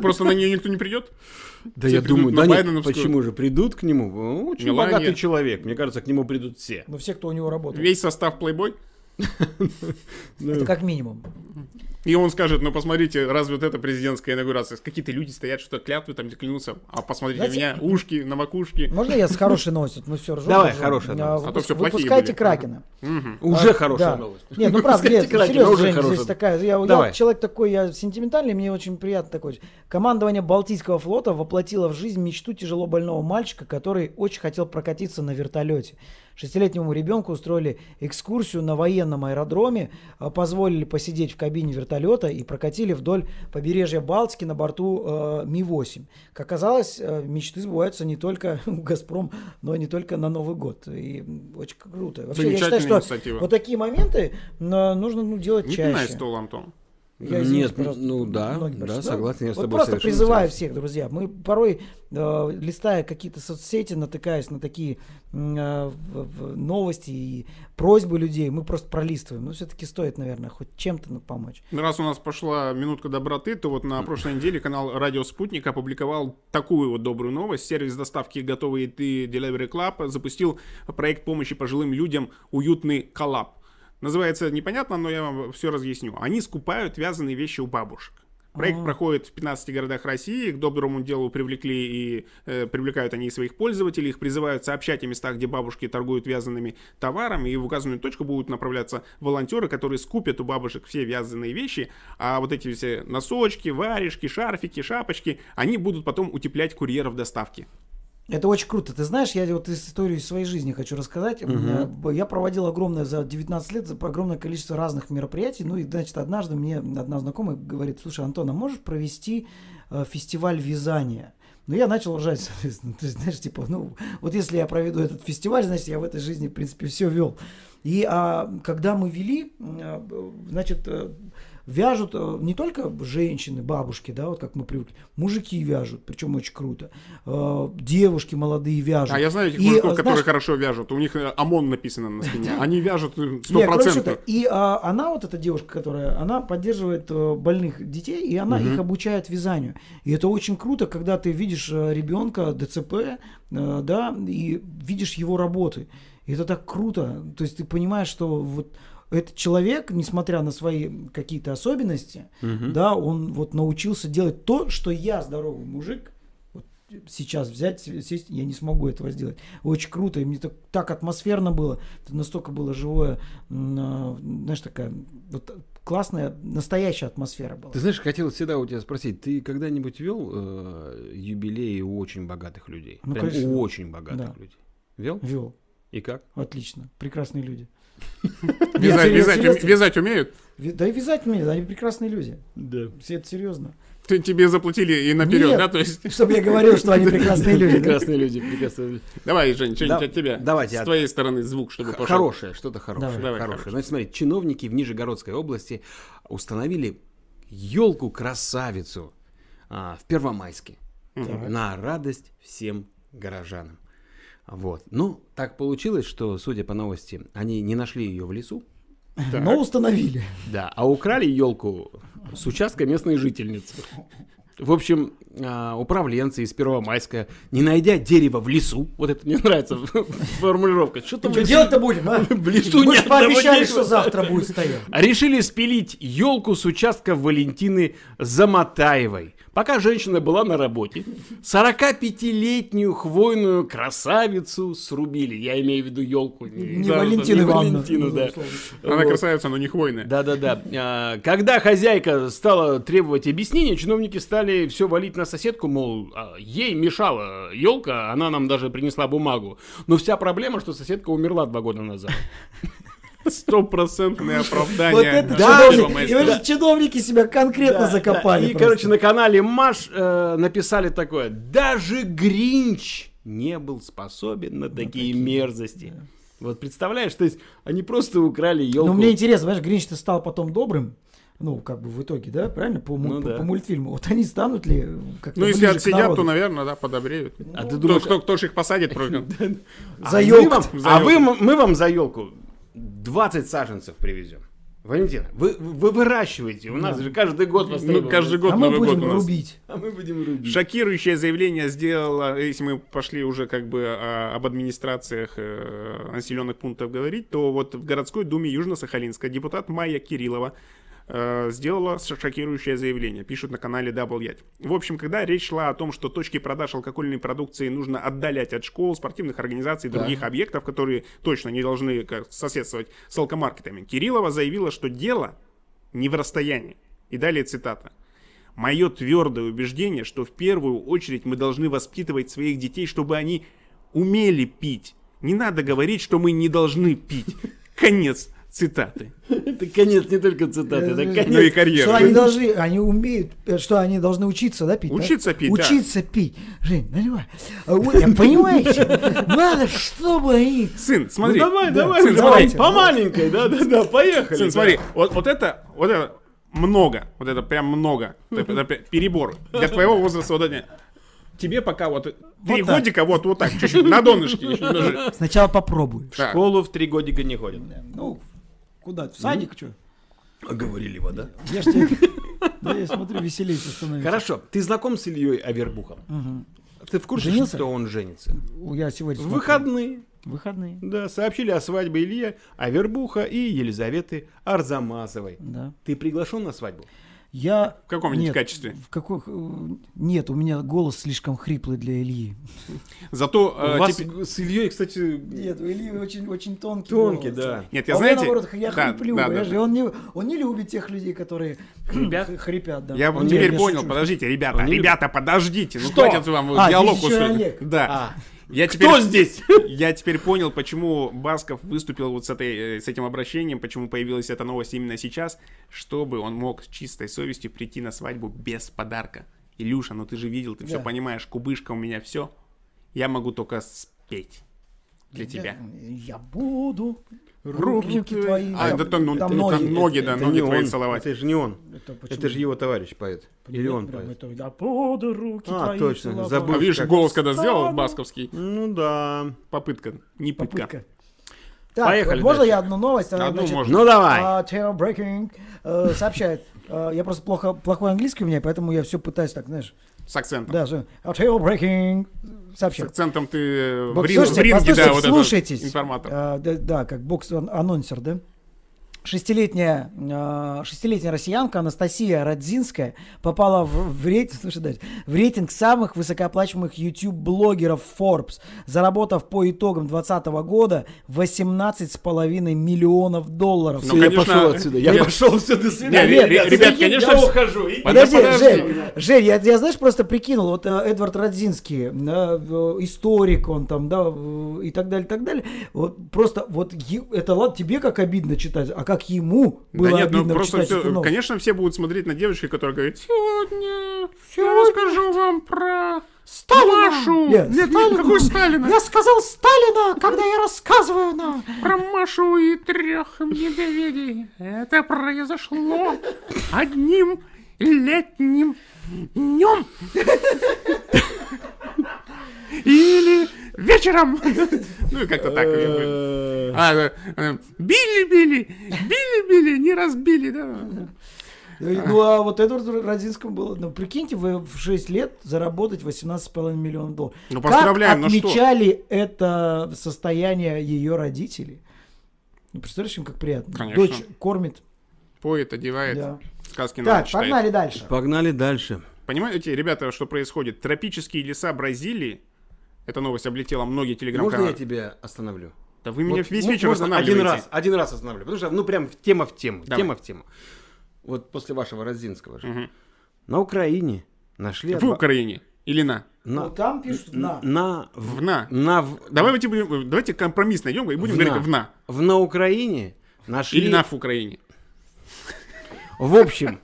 [SPEAKER 2] Просто на нее никто не придет.
[SPEAKER 1] Да
[SPEAKER 2] Все
[SPEAKER 1] я
[SPEAKER 2] придут
[SPEAKER 1] думаю,
[SPEAKER 2] на
[SPEAKER 1] да нет,
[SPEAKER 2] Байденовскую.
[SPEAKER 1] почему же придут к нему? Ну, Очень
[SPEAKER 2] Мелания.
[SPEAKER 1] богатый человек. Мне кажется, к нему придут все.
[SPEAKER 3] Но все, кто у него работает.
[SPEAKER 2] Весь состав плейбой.
[SPEAKER 3] Это как минимум.
[SPEAKER 2] И он скажет, ну посмотрите, разве вот это президентская инаугурация? Какие-то люди стоят, что-то клятвы там клянутся. А посмотрите на
[SPEAKER 3] Знаете- ну,
[SPEAKER 2] меня, ушки на макушке.
[SPEAKER 3] Можно я с хорошей новостью? Ну, Вот Мы все ржем.
[SPEAKER 1] Давай,
[SPEAKER 3] ржем.
[SPEAKER 1] хорошая
[SPEAKER 3] А,
[SPEAKER 1] новость.
[SPEAKER 2] А то всё плохие
[SPEAKER 3] Выпускайте
[SPEAKER 2] были.
[SPEAKER 3] Кракена.
[SPEAKER 1] Уже
[SPEAKER 3] А,
[SPEAKER 1] хорошая
[SPEAKER 3] да.
[SPEAKER 1] новость.
[SPEAKER 3] Нет, ну правда,
[SPEAKER 1] Пускайте
[SPEAKER 3] нет,
[SPEAKER 1] Кракена,
[SPEAKER 3] серьезно,
[SPEAKER 1] уже
[SPEAKER 3] Жень, здесь
[SPEAKER 1] хорошая.
[SPEAKER 3] такая, я, я
[SPEAKER 1] Давай.
[SPEAKER 3] человек такой, я сентиментальный, мне очень приятно такой. Командование Балтийского флота воплотило в жизнь мечту тяжело больного мальчика, который очень хотел прокатиться на вертолете. Шестилетнему ребенку устроили экскурсию на военном аэродроме, э, позволили посидеть в кабине вертолета и прокатили вдоль побережья Балтики на борту э, Ми-8. Как оказалось, э, мечты сбываются не только у «Газпром», но и не только на Новый год. И м, очень круто. Вообще, я считаю,
[SPEAKER 2] Замечательная
[SPEAKER 3] что
[SPEAKER 2] инициатива.
[SPEAKER 3] вот такие моменты э, нужно ну, делать
[SPEAKER 2] Не
[SPEAKER 3] чаще.
[SPEAKER 2] пинай стол, Антон.
[SPEAKER 3] Я извиняюсь,
[SPEAKER 1] Нет,
[SPEAKER 3] пожалуйста,
[SPEAKER 1] ну да,
[SPEAKER 3] ноги
[SPEAKER 1] да,
[SPEAKER 3] прочитал.
[SPEAKER 1] согласен, я с
[SPEAKER 3] Вот
[SPEAKER 1] тобой
[SPEAKER 3] просто
[SPEAKER 1] совершенно
[SPEAKER 3] призываю
[SPEAKER 1] согласен.
[SPEAKER 3] всех, друзья. Мы порой, э, листая какие-то соцсети, натыкаясь на такие м, э, в- в новости и просьбы людей, мы просто пролистываем. Но все-таки стоит, наверное, хоть чем-то ну, помочь.
[SPEAKER 2] Ну, Раз у нас пошла минутка доброты, то вот на прошлой неделе канал Радио Спутник опубликовал такую вот добрую новость. Сервис доставки «Готовые еды Delivery Club запустил проект помощи пожилым людям «Уютный коллаб». Называется непонятно, но я вам все разъясню. Они скупают вязаные вещи у бабушек. Проект проходит в 15 городах России. К доброму делу привлекли и э, привлекают они и своих пользователей. Их призывают сообщать о местах, где бабушки торгуют вязаными товарами. И в указанную точку будут направляться волонтеры, которые скупят у бабушек все вязаные вещи. А вот эти все носочки, варежки, шарфики, шапочки, они будут потом утеплять курьеров доставки.
[SPEAKER 3] Это очень круто. Ты знаешь, я вот из- историю из своей жизни хочу рассказать. Э, Я проводил огромное за 19 лет за- огромное количество разных мероприятий. Ну и, значит, однажды мне одна знакомая говорит, слушай, Антон, а можешь провести э, фестиваль вязания? Ну, я начал ржать, соответственно. То есть, знаешь, типа, ну, вот если я проведу этот фестиваль, значит, я в этой жизни, в принципе, все вел. И а, когда мы вели, м, а, б- значит, э, вяжут э, не только женщины, бабушки, да, вот как мы привыкли, мужики вяжут, причем очень круто, Э, девушки молодые вяжут.
[SPEAKER 2] А я знаю этих
[SPEAKER 3] И,
[SPEAKER 2] мужиков,
[SPEAKER 3] э,
[SPEAKER 2] которые
[SPEAKER 3] знаешь,
[SPEAKER 2] хорошо вяжут. У них э, ОМОН написано на спине. Они вяжут э,
[SPEAKER 3] не, короче,
[SPEAKER 2] стопроцентно.
[SPEAKER 3] это- И а, она, вот эта девушка, которая, она поддерживает э, больных детей, и она их обучает вязанию. И это очень круто, когда ты видишь э, ребенка ДЦП, э, да, и видишь его работы. И это так круто. То есть ты понимаешь, что вот этот человек, несмотря на свои какие-то особенности, да, он вот научился делать то, что я, здоровый мужик, вот сейчас взять, сесть, я не смогу этого сделать. Очень круто, и мне так, так атмосферно было, это настолько было живое, м, а, знаешь, такая вот классная, настоящая атмосфера была.
[SPEAKER 1] Ты знаешь, хотел всегда у тебя спросить, ты когда-нибудь вел э, юбилеи у очень богатых людей?
[SPEAKER 3] Ну,
[SPEAKER 1] Прям
[SPEAKER 3] конечно.
[SPEAKER 1] у очень богатых
[SPEAKER 3] Да.
[SPEAKER 1] людей. Вел?
[SPEAKER 3] Вел.
[SPEAKER 1] И как?
[SPEAKER 3] Отлично. Прекрасные люди. Нет,
[SPEAKER 2] Вязать- Вязать
[SPEAKER 3] серьез-
[SPEAKER 2] уме-
[SPEAKER 3] серьезно.
[SPEAKER 2] вязать умеют?
[SPEAKER 3] Ви- Да и вязать мне, они прекрасные люди.
[SPEAKER 1] Да.
[SPEAKER 3] Все это серьезно.
[SPEAKER 2] Ты- Тебе заплатили и наперед,
[SPEAKER 3] Нет.
[SPEAKER 2] да? То есть
[SPEAKER 3] Чтобы я говорил, что они прекрасные люди. да.
[SPEAKER 1] Прекрасные люди, прекрасные люди.
[SPEAKER 2] Давай, Жень, что-нибудь
[SPEAKER 1] Да-
[SPEAKER 2] от тебя.
[SPEAKER 1] давайте
[SPEAKER 2] С
[SPEAKER 1] от-
[SPEAKER 2] твоей стороны звук, чтобы
[SPEAKER 1] Х-
[SPEAKER 2] пошел.
[SPEAKER 1] Хорошее, что-то хорошее.
[SPEAKER 3] Давай.
[SPEAKER 2] Давай,
[SPEAKER 1] хорошее.
[SPEAKER 2] хорошее.
[SPEAKER 1] Значит, смотри, чиновники в Нижегородской области установили елку-красавицу а, в Первомайске
[SPEAKER 3] Так.
[SPEAKER 1] на радость всем горожанам. Вот. Ну, так получилось, что, судя по новости, они не нашли ее в лесу, Ну,
[SPEAKER 2] Так.
[SPEAKER 3] Но установили.
[SPEAKER 1] да, а украли елку с участка местной жительницы. В общем, а, управленцы из Первомайска, не найдя дерево в лесу, вот это мне нравится формулировка, что там в
[SPEAKER 3] Что
[SPEAKER 1] лесу
[SPEAKER 3] делать-то будем, а?
[SPEAKER 1] в лесу
[SPEAKER 3] Мы
[SPEAKER 1] ни
[SPEAKER 3] же
[SPEAKER 1] одного
[SPEAKER 3] пообещали,
[SPEAKER 1] дерева.
[SPEAKER 3] что завтра будет стоять.
[SPEAKER 1] Решили спилить елку с участка Валентины Заматаевой. Пока женщина была на работе, 45-летнюю хвойную красавицу срубили. Я имею в виду елку.
[SPEAKER 3] Не Валентина Ивановна.
[SPEAKER 1] Валентину, да.
[SPEAKER 2] Она
[SPEAKER 3] Ну,
[SPEAKER 1] Вот.
[SPEAKER 2] красавица, но не хвойная.
[SPEAKER 1] Да-да-да. А, Когда хозяйка стала требовать объяснения, чиновники стали все валить на соседку, мол, а, ей мешала елка, она нам даже принесла бумагу. Но вся проблема, что соседка умерла два года назад.
[SPEAKER 2] Стопроцентное оправдание.
[SPEAKER 3] Вот это
[SPEAKER 2] нашего
[SPEAKER 3] чиновники,
[SPEAKER 2] мастера.
[SPEAKER 3] и вот чиновники себя конкретно
[SPEAKER 1] Да,
[SPEAKER 3] закопали.
[SPEAKER 1] да. И,
[SPEAKER 3] просто.
[SPEAKER 1] короче, на канале Маш э, написали такое. Даже Гринч не был способен на такие мерзости. Вот представляешь, то есть они просто украли елку. А
[SPEAKER 3] Но Ну, мне интересно, знаешь, Гринч-то стал потом добрым. Ну, как бы в итоге, да, правильно? По, му-
[SPEAKER 1] Ну
[SPEAKER 3] по-
[SPEAKER 1] да.
[SPEAKER 3] по мультфильму. Вот они станут ли как-то
[SPEAKER 2] Ну, если
[SPEAKER 3] ближе к
[SPEAKER 2] отсидят, то,
[SPEAKER 3] народу?
[SPEAKER 2] наверное, да, подобреют.
[SPEAKER 1] А ты
[SPEAKER 2] Кто,
[SPEAKER 1] думаешь,
[SPEAKER 2] кто, кто ж их посадит против?
[SPEAKER 1] а
[SPEAKER 3] за
[SPEAKER 1] мы
[SPEAKER 3] ёлку-
[SPEAKER 1] вам-
[SPEAKER 2] за
[SPEAKER 1] а вы
[SPEAKER 2] ёлку.
[SPEAKER 1] м- мы вам за елку 20 саженцев привезем. Валентина, вы, вы выращиваете, у нас же каждый год востребовано.
[SPEAKER 2] Ну, каждый год
[SPEAKER 3] а мы
[SPEAKER 2] Новый год
[SPEAKER 3] будем
[SPEAKER 2] у нас.
[SPEAKER 3] рубить.
[SPEAKER 1] А мы будем рубить.
[SPEAKER 2] Шокирующее заявление сделала, если мы пошли уже как бы а, об администрациях э, населенных пунктов говорить, то вот в городской думе Южно-Сахалинска депутат Майя Кириллова э, сделала ш- шокирующее заявление, пишут на канале Double Yet. В общем, когда речь шла о том, что точки продаж алкогольной продукции нужно отдалять от школ, спортивных организаций и
[SPEAKER 1] Да.
[SPEAKER 2] других объектов, которые точно не должны как, соседствовать с алкомаркетами, Кириллова заявила, что дело не в расстоянии. И далее цитата. Мое твердое убеждение, что в первую очередь мы должны воспитывать своих детей, чтобы они умели пить. Не надо говорить, что мы не должны пить. Конец цитаты.
[SPEAKER 1] Это конец не только цитаты, это
[SPEAKER 3] Э,
[SPEAKER 2] Ну и
[SPEAKER 1] конец.
[SPEAKER 2] карьеры.
[SPEAKER 3] Что они должны, они умеют, э, что они должны учиться, да, пить? да?
[SPEAKER 2] Учиться пить, да.
[SPEAKER 3] Учиться пить. Жень, наливай. А, ой, а Понимаете, надо, чтобы они...
[SPEAKER 2] Сын,
[SPEAKER 1] Ну
[SPEAKER 2] смотри.
[SPEAKER 1] давай,
[SPEAKER 3] Да.
[SPEAKER 1] давай,
[SPEAKER 2] Сын,
[SPEAKER 1] давай,
[SPEAKER 3] смотрите.
[SPEAKER 1] по маленькой, да-да-да, поехали.
[SPEAKER 2] Сын,
[SPEAKER 1] да.
[SPEAKER 2] смотри, вот, вот это, вот это много, вот это прям много, это, это прям перебор для твоего возраста вот это. Тебе пока вот три
[SPEAKER 3] так.
[SPEAKER 2] годика вот вот так чуть-чуть на донышке еще немножко.
[SPEAKER 3] Сначала попробуй.
[SPEAKER 1] В школу в три годика не ходят.
[SPEAKER 3] Ну, куда? В садик,
[SPEAKER 2] Ну.
[SPEAKER 3] что?
[SPEAKER 1] А говорили вы, да?
[SPEAKER 3] Я ж тебе... Да я смотрю, веселее всё становится.
[SPEAKER 1] Хорошо, ты знаком с Ильей Авербухом? Ты в курсе,
[SPEAKER 3] Женился?
[SPEAKER 1] что он женится?
[SPEAKER 3] У- Я сегодня...
[SPEAKER 1] В
[SPEAKER 3] смотрю.
[SPEAKER 1] выходные,
[SPEAKER 3] Выходные.
[SPEAKER 1] да, сообщили о свадьбе Ильи Авербуха и Елизаветы Арзамасовой.
[SPEAKER 3] Да.
[SPEAKER 1] Ты приглашен на свадьбу?
[SPEAKER 3] Я...
[SPEAKER 2] В каком-нибудь
[SPEAKER 3] Нет,
[SPEAKER 2] качестве?
[SPEAKER 3] В какой... э, Нет, у меня голос слишком хриплый для Ильи.
[SPEAKER 2] Зато э,
[SPEAKER 1] У вас
[SPEAKER 2] теперь-
[SPEAKER 1] с Ильей, кстати,
[SPEAKER 3] Нет, у Ильи очень, очень тонкий
[SPEAKER 1] тонкий,
[SPEAKER 3] голос.
[SPEAKER 1] да.
[SPEAKER 2] Нет, я
[SPEAKER 3] А у меня,
[SPEAKER 2] знаете,
[SPEAKER 3] наоборот, я
[SPEAKER 2] да,
[SPEAKER 3] хриплю,
[SPEAKER 2] да, да,
[SPEAKER 3] понимаешь,
[SPEAKER 2] да.
[SPEAKER 3] и он не, он не любит тех людей, которые
[SPEAKER 1] Ребят?
[SPEAKER 3] х- хрипят, да.
[SPEAKER 2] я
[SPEAKER 3] Он
[SPEAKER 2] теперь
[SPEAKER 3] не-
[SPEAKER 2] понял,
[SPEAKER 3] я шучу.
[SPEAKER 2] подождите, ребята,
[SPEAKER 1] Они
[SPEAKER 2] ребята, подождите, ну
[SPEAKER 1] Что?
[SPEAKER 2] хватит вам вот
[SPEAKER 3] А,
[SPEAKER 2] диалог
[SPEAKER 3] здесь еще
[SPEAKER 2] устроить.
[SPEAKER 3] Олег.
[SPEAKER 2] Да.
[SPEAKER 1] А.
[SPEAKER 2] Я
[SPEAKER 1] Кто
[SPEAKER 2] теперь,
[SPEAKER 1] здесь?
[SPEAKER 2] я теперь понял, почему Басков выступил вот с, этой, э, с этим обращением, почему появилась эта новость именно сейчас, чтобы он мог с чистой совестью прийти на свадьбу без подарка. Илюша, ну ты же видел, ты все
[SPEAKER 3] Да.
[SPEAKER 2] понимаешь, кубышка у меня все. Я могу только спеть для
[SPEAKER 3] Я-
[SPEAKER 2] тебя.
[SPEAKER 3] Я буду.
[SPEAKER 1] Руки
[SPEAKER 3] Руки твои.
[SPEAKER 2] А,
[SPEAKER 3] там-
[SPEAKER 2] это, то- ну,
[SPEAKER 3] там
[SPEAKER 2] ну, там
[SPEAKER 3] ноги.
[SPEAKER 2] ноги, да,
[SPEAKER 1] Это не
[SPEAKER 2] ноги твои
[SPEAKER 1] он,
[SPEAKER 2] целовать.
[SPEAKER 1] Это же не он.
[SPEAKER 3] Это почему?
[SPEAKER 1] Это же его товарищ поет. Или он
[SPEAKER 3] Прям
[SPEAKER 1] поет.
[SPEAKER 3] это, я буду руки
[SPEAKER 1] А,
[SPEAKER 3] твои
[SPEAKER 1] точно,
[SPEAKER 3] целовать».
[SPEAKER 1] забыл.
[SPEAKER 2] А видишь,
[SPEAKER 1] как
[SPEAKER 2] голос когда сделал
[SPEAKER 3] стану.
[SPEAKER 2] басковский,
[SPEAKER 1] Ну да.
[SPEAKER 2] попытка, не пытка.
[SPEAKER 3] Попытка. Так,
[SPEAKER 1] Поехали
[SPEAKER 3] можно
[SPEAKER 1] дальше.
[SPEAKER 3] я одну новость? Она,
[SPEAKER 2] Одну
[SPEAKER 3] значит,
[SPEAKER 2] можно.
[SPEAKER 1] Ну давай.
[SPEAKER 3] а, Terror Breaking э, сообщает. э, Я просто плохо, плохой английский у меня, поэтому я все пытаюсь так, знаешь.
[SPEAKER 2] С акцентом.
[SPEAKER 3] Да, же. А, Terror Breaking
[SPEAKER 2] С
[SPEAKER 3] сообщает.
[SPEAKER 2] акцентом ты э, в,
[SPEAKER 3] Вот
[SPEAKER 2] ринг- в
[SPEAKER 3] слушайте,
[SPEAKER 2] ринге, да,
[SPEAKER 3] послушайте,
[SPEAKER 2] вот
[SPEAKER 3] вслушайтесь.
[SPEAKER 2] этот информатор.
[SPEAKER 3] А, да, да, как бокс-анонсер, да? Шестилетняя, а, шестилетняя россиянка Анастасия Радзинская попала в, в рейтинг, слушай дальше, в рейтинг самых высокооплачиваемых YouTube-блогеров Forbes, заработав по итогам 2020 года 18,5 миллионов долларов.
[SPEAKER 2] Ну,
[SPEAKER 1] Всё, я
[SPEAKER 2] конечно,
[SPEAKER 1] пошел отсюда. Я
[SPEAKER 2] нет.
[SPEAKER 1] пошел все до
[SPEAKER 2] Не,
[SPEAKER 1] свидания.
[SPEAKER 2] ре- ре- ребят,
[SPEAKER 1] Я
[SPEAKER 2] конечно,
[SPEAKER 1] ухожу. И-
[SPEAKER 2] Подожди,
[SPEAKER 3] Подожди,
[SPEAKER 2] подожди.
[SPEAKER 3] Жень, Жень, я, я, знаешь, просто прикинул, вот э, Эдвард Радзинский, э, э, историк он там, да, э, и так далее, так далее. Вот просто вот е- это ладно, тебе как обидно читать, а как ему было
[SPEAKER 2] да нет,
[SPEAKER 3] обидно
[SPEAKER 2] ну просто
[SPEAKER 3] читать
[SPEAKER 2] всё-
[SPEAKER 3] эту новость.
[SPEAKER 2] конечно, все будут смотреть на девочку, которая говорит, сегодня я расскажу вам про Сталашу.
[SPEAKER 3] Нет,
[SPEAKER 2] Нет, нет, какой Сталина?
[SPEAKER 3] Я сказал Сталина, когда я рассказываю ну. на...
[SPEAKER 2] Про Машу и трех медведей. Это произошло одним летним днем. Или вечером. Ну и как-то так.
[SPEAKER 1] Э,
[SPEAKER 2] А, э, э, били-били, били-били, не разбили, да.
[SPEAKER 3] Ну а вот Эдварду Родзинскому было, ну прикиньте, вы в 6 лет заработать 18,5 миллионов долларов.
[SPEAKER 2] Ну, поздравляем,
[SPEAKER 3] как
[SPEAKER 2] ну что?
[SPEAKER 3] отмечали это состояние ее родителей? Ну, представляешь, им как приятно.
[SPEAKER 2] Конечно.
[SPEAKER 3] Дочь кормит.
[SPEAKER 2] Поет, одевает,
[SPEAKER 3] Да.
[SPEAKER 2] сказки на
[SPEAKER 3] Так,
[SPEAKER 2] ночь читает.
[SPEAKER 3] погнали дальше.
[SPEAKER 1] Погнали дальше.
[SPEAKER 2] Понимаете, ребята, что происходит? Тропические леса Бразилии, эта новость облетела многие
[SPEAKER 1] Можно я
[SPEAKER 2] телеграм-каналы.
[SPEAKER 1] тебя остановлю?
[SPEAKER 2] Да вы меня
[SPEAKER 1] Вот,
[SPEAKER 2] весь
[SPEAKER 1] мо-
[SPEAKER 2] вечер
[SPEAKER 1] можно
[SPEAKER 2] останавливаете.
[SPEAKER 1] Один раз, один раз останавливаю. Потому что, ну, прям в- тема в тему.
[SPEAKER 2] Давай.
[SPEAKER 1] Тема в тему. Вот после вашего Родзинского же.
[SPEAKER 2] Мгм.
[SPEAKER 1] На Украине нашли...
[SPEAKER 2] В
[SPEAKER 1] одно-
[SPEAKER 2] Украине или на?
[SPEAKER 1] На...
[SPEAKER 3] Вот там пишут на.
[SPEAKER 1] На... В...
[SPEAKER 2] В на.
[SPEAKER 1] На... в-
[SPEAKER 2] Давайте, будем, давайте компромисс найдем и будем
[SPEAKER 1] В на.
[SPEAKER 2] говорить в на.
[SPEAKER 1] В на Украине нашли...
[SPEAKER 2] Или на в Украине.
[SPEAKER 1] В общем,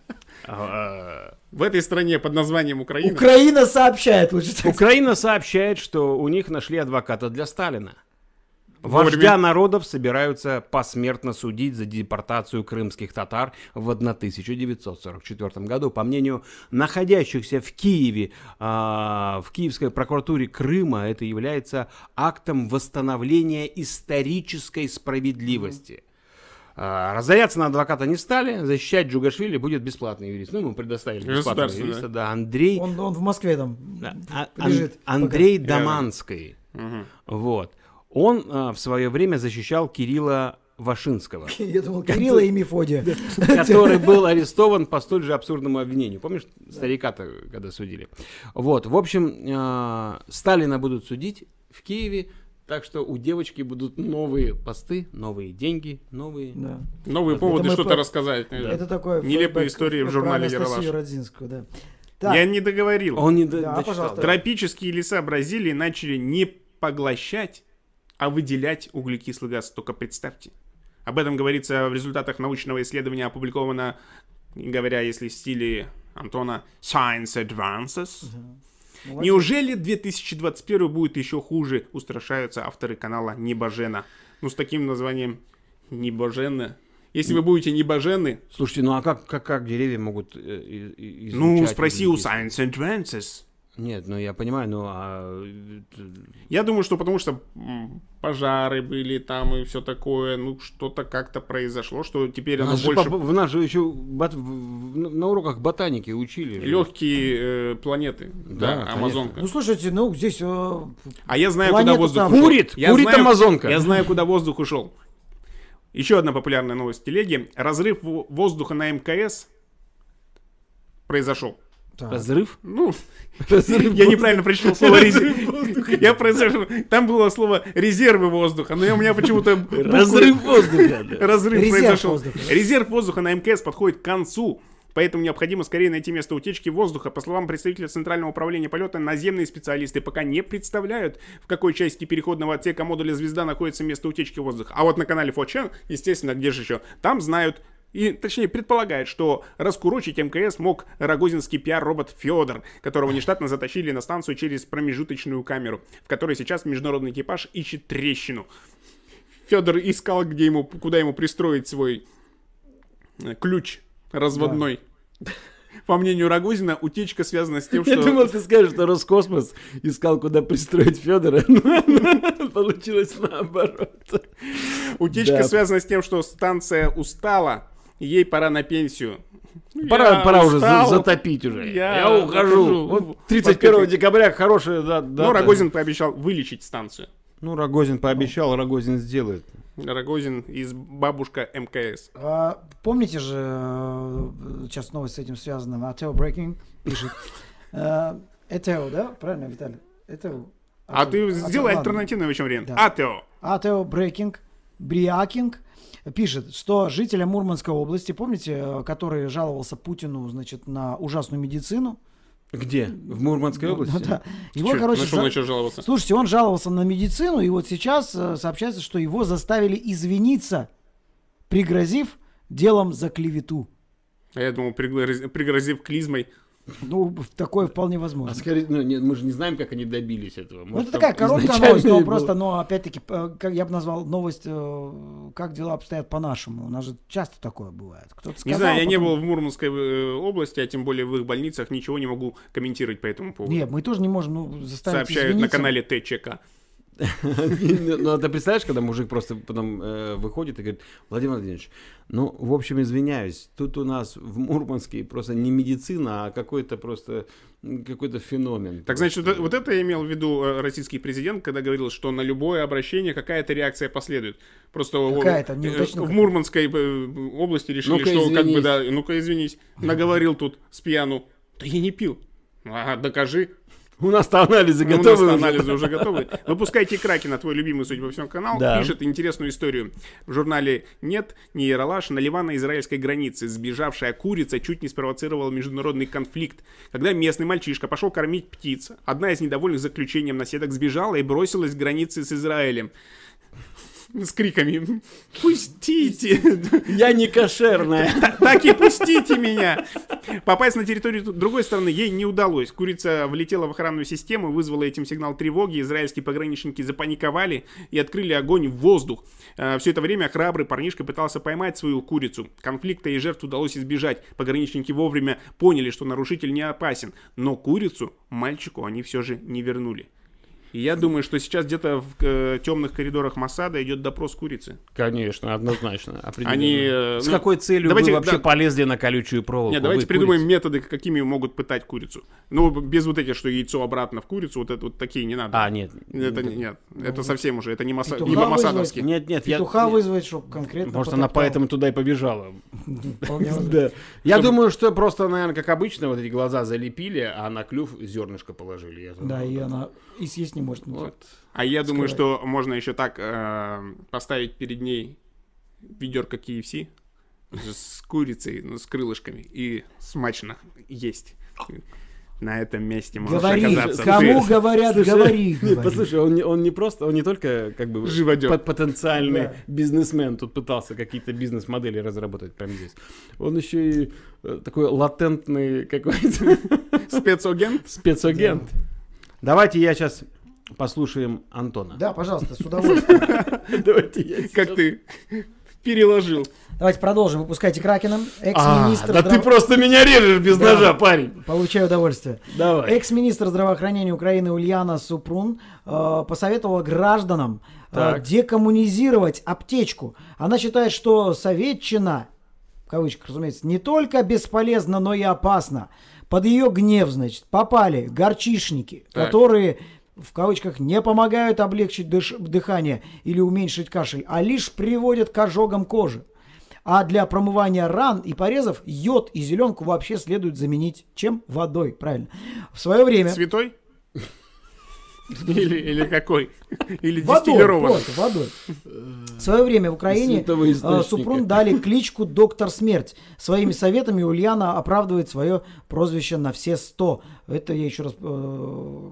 [SPEAKER 2] В этой стране под названием Украина.
[SPEAKER 3] Украина сообщает лучше. так.
[SPEAKER 1] Украина сообщает, что у них нашли адвоката для Сталина.
[SPEAKER 2] Вовремя.
[SPEAKER 1] Вождя народов собираются посмертно судить за депортацию крымских татар в 1944 году. По мнению находящихся в Киеве, а, в Киевской прокуратуре Крыма, это является актом восстановления исторической справедливости. А, Разоряться на адвоката не стали, защищать Джугашвили будет бесплатный юрист. Ну, мы предоставили бесплатного
[SPEAKER 2] Государственный,
[SPEAKER 1] юриста, да, Андрей
[SPEAKER 3] Он, он в Москве там.
[SPEAKER 1] да, а-
[SPEAKER 3] Ан- лежит.
[SPEAKER 1] Ан- Андрей
[SPEAKER 2] Пока.
[SPEAKER 1] Доманский.
[SPEAKER 2] Мгм.
[SPEAKER 1] Вот. Он а, в свое время защищал Кирилла Вашинского,
[SPEAKER 3] Я думал, Кирилла и Мефодия.
[SPEAKER 1] который был арестован по столь же абсурдному обвинению. Помнишь, старика-то, когда судили? Вот. В общем, а, Сталина будут судить в Киеве, так что у девочки будут новые посты, новые деньги, новые...
[SPEAKER 2] Ну,
[SPEAKER 3] Да.
[SPEAKER 2] Новые поводы
[SPEAKER 3] Это мы
[SPEAKER 2] что-то
[SPEAKER 3] по-
[SPEAKER 2] рассказать.
[SPEAKER 3] Это такое...
[SPEAKER 2] Нелепые
[SPEAKER 3] флешбэк
[SPEAKER 2] истории в
[SPEAKER 3] про
[SPEAKER 2] журнале
[SPEAKER 3] Анастасию
[SPEAKER 2] «Ералаш».
[SPEAKER 3] Родзинскую, да. Так.
[SPEAKER 2] Я не договорил.
[SPEAKER 1] Он не до-
[SPEAKER 3] Да,
[SPEAKER 1] дочитал.
[SPEAKER 3] пожалуйста.
[SPEAKER 2] Тропические леса Бразилии начали не поглощать, а выделять углекислый газ. Только представьте. Об этом говорится в результатах научного исследования, опубликовано, говоря, если в стиле Антона, Science Advances.
[SPEAKER 3] Молодец.
[SPEAKER 2] Неужели 2021 будет еще хуже, устрашаются авторы канала Небожена. Ну, с таким названием Небожена. Если вы будете Небожены,
[SPEAKER 1] Слушайте, ну а как, как, как деревья могут э, и- и- излучать
[SPEAKER 2] ну, спроси у
[SPEAKER 1] углекислый-
[SPEAKER 2] Science Advances.
[SPEAKER 1] Нет, ну я понимаю, ну а... э, т-
[SPEAKER 2] Я думаю, что потому что м, пожары были там и все такое, ну, что-то как-то произошло, что теперь
[SPEAKER 1] У
[SPEAKER 2] оно
[SPEAKER 1] нас, же
[SPEAKER 2] больше...
[SPEAKER 1] по- в нас же еще бот- в- в- на уроках ботаники учили. же.
[SPEAKER 2] Легкие э, планеты, да,
[SPEAKER 1] Да,
[SPEAKER 2] Амазонка.
[SPEAKER 3] Ну слушайте, ну здесь э,
[SPEAKER 2] А я знаю,
[SPEAKER 3] Планету
[SPEAKER 2] куда воздух
[SPEAKER 3] там.
[SPEAKER 2] ушел.
[SPEAKER 1] Курит!
[SPEAKER 2] Я
[SPEAKER 1] Курит
[SPEAKER 2] знаю-
[SPEAKER 1] амазонка!
[SPEAKER 2] Я знаю, куда воздух ушел. Еще одна популярная новость телеги. Разрыв во- воздуха на мкс произошел.
[SPEAKER 3] так,
[SPEAKER 1] Разрыв?
[SPEAKER 2] Ну,
[SPEAKER 1] Разрыв
[SPEAKER 2] я неправильно прочитал слово резерв. Я произошел. Там было слово резервы воздуха, но я- у меня почему-то буквы-
[SPEAKER 1] Разрыв воздуха. да.
[SPEAKER 2] Разрыв
[SPEAKER 3] Резерв
[SPEAKER 2] произошел.
[SPEAKER 3] воздуха.
[SPEAKER 2] Резерв воздуха на МКС подходит к концу. Поэтому необходимо скорее найти место утечки воздуха. По словам представителя Центрального управления полета, наземные специалисты пока не представляют, в какой части переходного отсека модуля «Звезда» находится место утечки воздуха. А вот на канале 4 естественно, где же еще, там знают и, точнее, предполагают, что раскурочить МКС мог рогозинский пиар-робот Федор, которого нештатно затащили на станцию через промежуточную камеру, в которой сейчас международный экипаж ищет трещину. Федор искал, где ему, куда ему пристроить свой э, ключ разводной. По мнению Рогозина, утечка связана с тем, что...
[SPEAKER 1] Я думал, ты скажешь, что Роскосмос искал, куда пристроить Федора, но получилось наоборот.
[SPEAKER 2] Утечка
[SPEAKER 1] Да.
[SPEAKER 2] связана с тем, что станция устала, и ей пора на пенсию.
[SPEAKER 1] Ну, Пора,
[SPEAKER 2] Я
[SPEAKER 1] пора уже за-
[SPEAKER 2] устал.
[SPEAKER 1] затопить уже.
[SPEAKER 2] Я
[SPEAKER 1] Я, ухожу.
[SPEAKER 2] ухожу.
[SPEAKER 1] Вот 31 декабря хорошая да-
[SPEAKER 3] Ну,
[SPEAKER 1] дата.
[SPEAKER 2] Но Рогозин пообещал вылечить станцию.
[SPEAKER 1] Ну, Рогозин пообещал, Рогозин сделает.
[SPEAKER 2] Рогозин из бабушка МКС.
[SPEAKER 3] а, помните же, э, сейчас новость с этим связана, Атео Breaking пишет. Э, Атео, да? Правильно, Виталий? Атео.
[SPEAKER 2] А ты
[SPEAKER 3] Атео,
[SPEAKER 2] сделай
[SPEAKER 3] ладно.
[SPEAKER 2] альтернативное в чем время. А
[SPEAKER 3] Да.
[SPEAKER 2] Атео.
[SPEAKER 3] Атео Брекинг, Бриакинг пишет, что жителям Мурманской области, помните, э, который жаловался Путину, значит, на ужасную медицину?
[SPEAKER 1] Где? В Мурманской области?
[SPEAKER 3] Ну, Да. Его,
[SPEAKER 2] Чё,
[SPEAKER 3] короче,
[SPEAKER 2] на что
[SPEAKER 3] за-
[SPEAKER 2] начал жаловаться?
[SPEAKER 3] слушайте, он жаловался на медицину, и вот сейчас э, сообщается, что его заставили извиниться, пригрозив делом за клевету.
[SPEAKER 2] А Я думал, пригроз- пригрозив клизмой.
[SPEAKER 3] Ну, такое вполне
[SPEAKER 1] А
[SPEAKER 3] возможно.
[SPEAKER 1] скорее, ну, нет, мы же не знаем, как они добились этого.
[SPEAKER 3] Ну,
[SPEAKER 1] Может,
[SPEAKER 3] это
[SPEAKER 1] там
[SPEAKER 3] такая короткая
[SPEAKER 1] изначально
[SPEAKER 3] новость,
[SPEAKER 1] и
[SPEAKER 3] но
[SPEAKER 1] было.
[SPEAKER 3] просто, но опять-таки, э, как я бы назвал новость, э, как дела обстоят по-нашему. У нас же часто такое бывает. Кто-то
[SPEAKER 2] Не
[SPEAKER 3] сказал,
[SPEAKER 2] знаю, я не
[SPEAKER 3] потом-
[SPEAKER 2] был в Мурманской э, области, а тем более в их больницах, ничего не могу комментировать по этому поводу.
[SPEAKER 3] Нет, мы тоже не можем ну, заставить
[SPEAKER 2] Сообщают на
[SPEAKER 3] извиниться.
[SPEAKER 2] канале ТЧК.
[SPEAKER 1] Ну, а ты представляешь, когда мужик просто потом э, выходит и говорит, Владимир Владимирович, ну, в общем, извиняюсь, тут у нас в Мурманске просто не медицина, а какой-то просто, м, какой-то феномен.
[SPEAKER 2] Так значит, вот, э- вот это я имел в виду э, российский президент, когда говорил, что на любое обращение какая-то реакция последует. Просто его,
[SPEAKER 3] Какая-то, не
[SPEAKER 2] э,
[SPEAKER 3] уточнил,
[SPEAKER 2] в
[SPEAKER 3] какая.
[SPEAKER 2] Мурманской э, области решили,
[SPEAKER 1] Ну-ка,
[SPEAKER 2] что как бы
[SPEAKER 1] извинись.
[SPEAKER 2] да, ну-ка извинись, наговорил тут с пьяну. Да я не пил. «Ну, Ага, докажи.
[SPEAKER 1] У нас-то анализы
[SPEAKER 2] Ну, у нас
[SPEAKER 1] готовы уже.
[SPEAKER 2] анализы уже готовы. Выпускайте Кракена, твой любимый, судя по всему, канал.
[SPEAKER 1] Да.
[SPEAKER 2] Пишет интересную историю. В журнале «Нет», не Ералаш, на Ливано-израильской границе сбежавшая курица чуть не спровоцировала международный конфликт. Когда местный мальчишка пошел кормить птиц, одна из недовольных заключением наседок сбежала и бросилась к границе с Израилем. С криками «Пустите!»
[SPEAKER 1] Я не кошерная.
[SPEAKER 2] Так и пустите меня. Попасть на территорию ту- другой страны ей не удалось. Курица влетела в охранную систему, вызвала этим сигнал тревоги. Израильские пограничники запаниковали и открыли огонь в воздух. Все это время храбрый парнишка пытался поймать свою курицу. Конфликта и жертв удалось избежать. Пограничники вовремя поняли, что нарушитель не опасен. Но курицу мальчику они все же не вернули. И я думаю, что сейчас где-то в темных коридорах Масада идет допрос курицы.
[SPEAKER 1] Конечно, однозначно. определенно.
[SPEAKER 2] Они, э,
[SPEAKER 1] С
[SPEAKER 2] ну,
[SPEAKER 1] какой целью
[SPEAKER 2] давайте,
[SPEAKER 1] вы вообще
[SPEAKER 2] да.
[SPEAKER 1] полезли на колючую проволоку?
[SPEAKER 2] Нет, давайте
[SPEAKER 1] Вы
[SPEAKER 2] придумаем
[SPEAKER 1] курица?
[SPEAKER 2] методы, какими могут пытать курицу. Ну, без вот этих, что яйцо обратно в курицу, вот это вот такие не надо.
[SPEAKER 1] А, нет.
[SPEAKER 2] это не- нет, это совсем уже, это не маса-
[SPEAKER 3] петуха
[SPEAKER 2] либо
[SPEAKER 3] вызвать.
[SPEAKER 2] масадовские.
[SPEAKER 1] Нет, нет, я-
[SPEAKER 3] Петуха
[SPEAKER 1] я-
[SPEAKER 3] вызвать, чтобы конкретно...
[SPEAKER 1] Может, она
[SPEAKER 3] потоптал.
[SPEAKER 1] поэтому туда и побежала.
[SPEAKER 3] Вполне возможно.
[SPEAKER 1] Да. Я думаю, что просто, наверное, как обычно, вот эти глаза залепили, а на клюв зернышко положили. Я думаю,
[SPEAKER 3] Да, и
[SPEAKER 1] вот.
[SPEAKER 3] она и съесть не может. ничего.
[SPEAKER 1] Вот.
[SPEAKER 2] А я думаю,
[SPEAKER 3] Скрывай.
[SPEAKER 2] что можно еще так э, поставить перед ней ведерко KFC с курицей, ну, с крылышками, и смачно есть. на этом месте можешь
[SPEAKER 3] Говори,
[SPEAKER 2] оказаться.
[SPEAKER 3] кому
[SPEAKER 2] Ты-
[SPEAKER 3] говорят,
[SPEAKER 1] Слушай,
[SPEAKER 3] говори.
[SPEAKER 1] Нет,
[SPEAKER 3] говори.
[SPEAKER 1] послушай, он, не- он не просто, он не только как бы
[SPEAKER 2] Живодёр.
[SPEAKER 1] пот- потенциальный
[SPEAKER 3] Да.
[SPEAKER 1] бизнесмен, тут пытался какие-то бизнес-модели разработать прямо здесь. Он еще и э, такой латентный какой-то
[SPEAKER 2] Спецагент?
[SPEAKER 1] спецагент. Давайте я сейчас послушаем Антона.
[SPEAKER 3] Да, пожалуйста, с удовольствием.
[SPEAKER 1] Давайте я
[SPEAKER 2] Как ты переложил.
[SPEAKER 3] Давайте продолжим. Выпускайте Кракена.
[SPEAKER 1] А,
[SPEAKER 3] Экс-министр.
[SPEAKER 1] да ты
[SPEAKER 3] здраво-
[SPEAKER 1] просто меня режешь без
[SPEAKER 3] Да.
[SPEAKER 1] ножа, парень.
[SPEAKER 3] Получаю удовольствие.
[SPEAKER 1] Давай.
[SPEAKER 3] Экс-министр здравоохранения Украины Ульяна Супрун э, посоветовала гражданам э,
[SPEAKER 1] Так.
[SPEAKER 3] декоммунизировать аптечку. Она считает, что советчина, в кавычках, разумеется, не только бесполезна, но и опасна. Под ее гнев, значит, попали горчишники,
[SPEAKER 2] Так.
[SPEAKER 3] которые в кавычках не помогают облегчить дыш- дыхание или уменьшить кашель, а лишь приводят к ожогам кожи. А для промывания ран и порезов йод и зеленку вообще следует заменить чем? Водой, правильно. В свое время...
[SPEAKER 2] Святой? Или, или какой? Или
[SPEAKER 3] Водой,
[SPEAKER 2] дистиллированный?
[SPEAKER 3] просто водой. В свое время в Украине
[SPEAKER 1] Святого источника.
[SPEAKER 3] э, Супрун дали кличку «Доктор Смерть». Своими советами Ульяна оправдывает свое прозвище на все сто. Это я еще раз... э,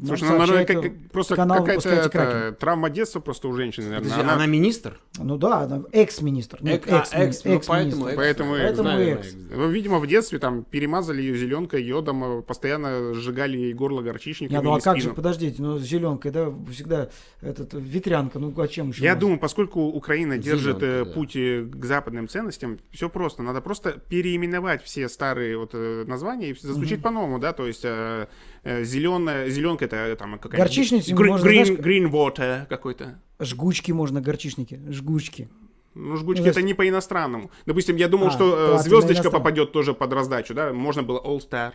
[SPEAKER 3] нам
[SPEAKER 2] Слушай, ну, наверное,
[SPEAKER 3] сообщает,
[SPEAKER 2] как-
[SPEAKER 3] э,
[SPEAKER 2] как- просто
[SPEAKER 3] канал
[SPEAKER 2] какая-то
[SPEAKER 3] «Выпускайте
[SPEAKER 2] это,
[SPEAKER 3] Кракен».
[SPEAKER 2] травма детства просто у женщины, наверное.
[SPEAKER 1] Подожди, она министр?
[SPEAKER 3] Ну да, она экс-министр. Нет,
[SPEAKER 1] Эк- а,
[SPEAKER 3] экс-мини-
[SPEAKER 1] экс, ну, поэтому
[SPEAKER 3] экс-министр.
[SPEAKER 1] экс,
[SPEAKER 2] Поэтому
[SPEAKER 1] знаю,
[SPEAKER 2] экс,
[SPEAKER 3] Поэтому
[SPEAKER 1] знаю,
[SPEAKER 3] экс.
[SPEAKER 1] знаю.
[SPEAKER 2] Ну, видимо, в детстве там перемазали ее зеленкой, йодом, э, постоянно сжигали ей горло горчичником
[SPEAKER 3] Не, ну
[SPEAKER 2] или
[SPEAKER 3] а как же,
[SPEAKER 2] спину.
[SPEAKER 3] подождите, ну зеленка, да, всегда этот ветрянка, ну а чем еще?
[SPEAKER 2] Я
[SPEAKER 3] может?
[SPEAKER 2] думаю, поскольку Украина держит э,
[SPEAKER 1] да.
[SPEAKER 2] путь э, к западным ценностям, все просто. Надо просто переименовать все старые вот э, названия и зазвучит по-новому, да, то есть э, зеленая, зеленка это э, там какая-то...
[SPEAKER 3] Горчичницу
[SPEAKER 2] Гри-
[SPEAKER 3] можно,
[SPEAKER 2] green,
[SPEAKER 3] знаешь, как-
[SPEAKER 2] green water какой-то.
[SPEAKER 3] Жгучки можно, горчичники, жгучки.
[SPEAKER 2] Ну, жгучки
[SPEAKER 3] Ну, то
[SPEAKER 2] это не по-иностранному. Допустим, я думал,
[SPEAKER 3] А,
[SPEAKER 2] что
[SPEAKER 3] да, ты
[SPEAKER 2] звездочка
[SPEAKER 3] на иностран-
[SPEAKER 2] попадет тоже под раздачу, да, можно было All Star.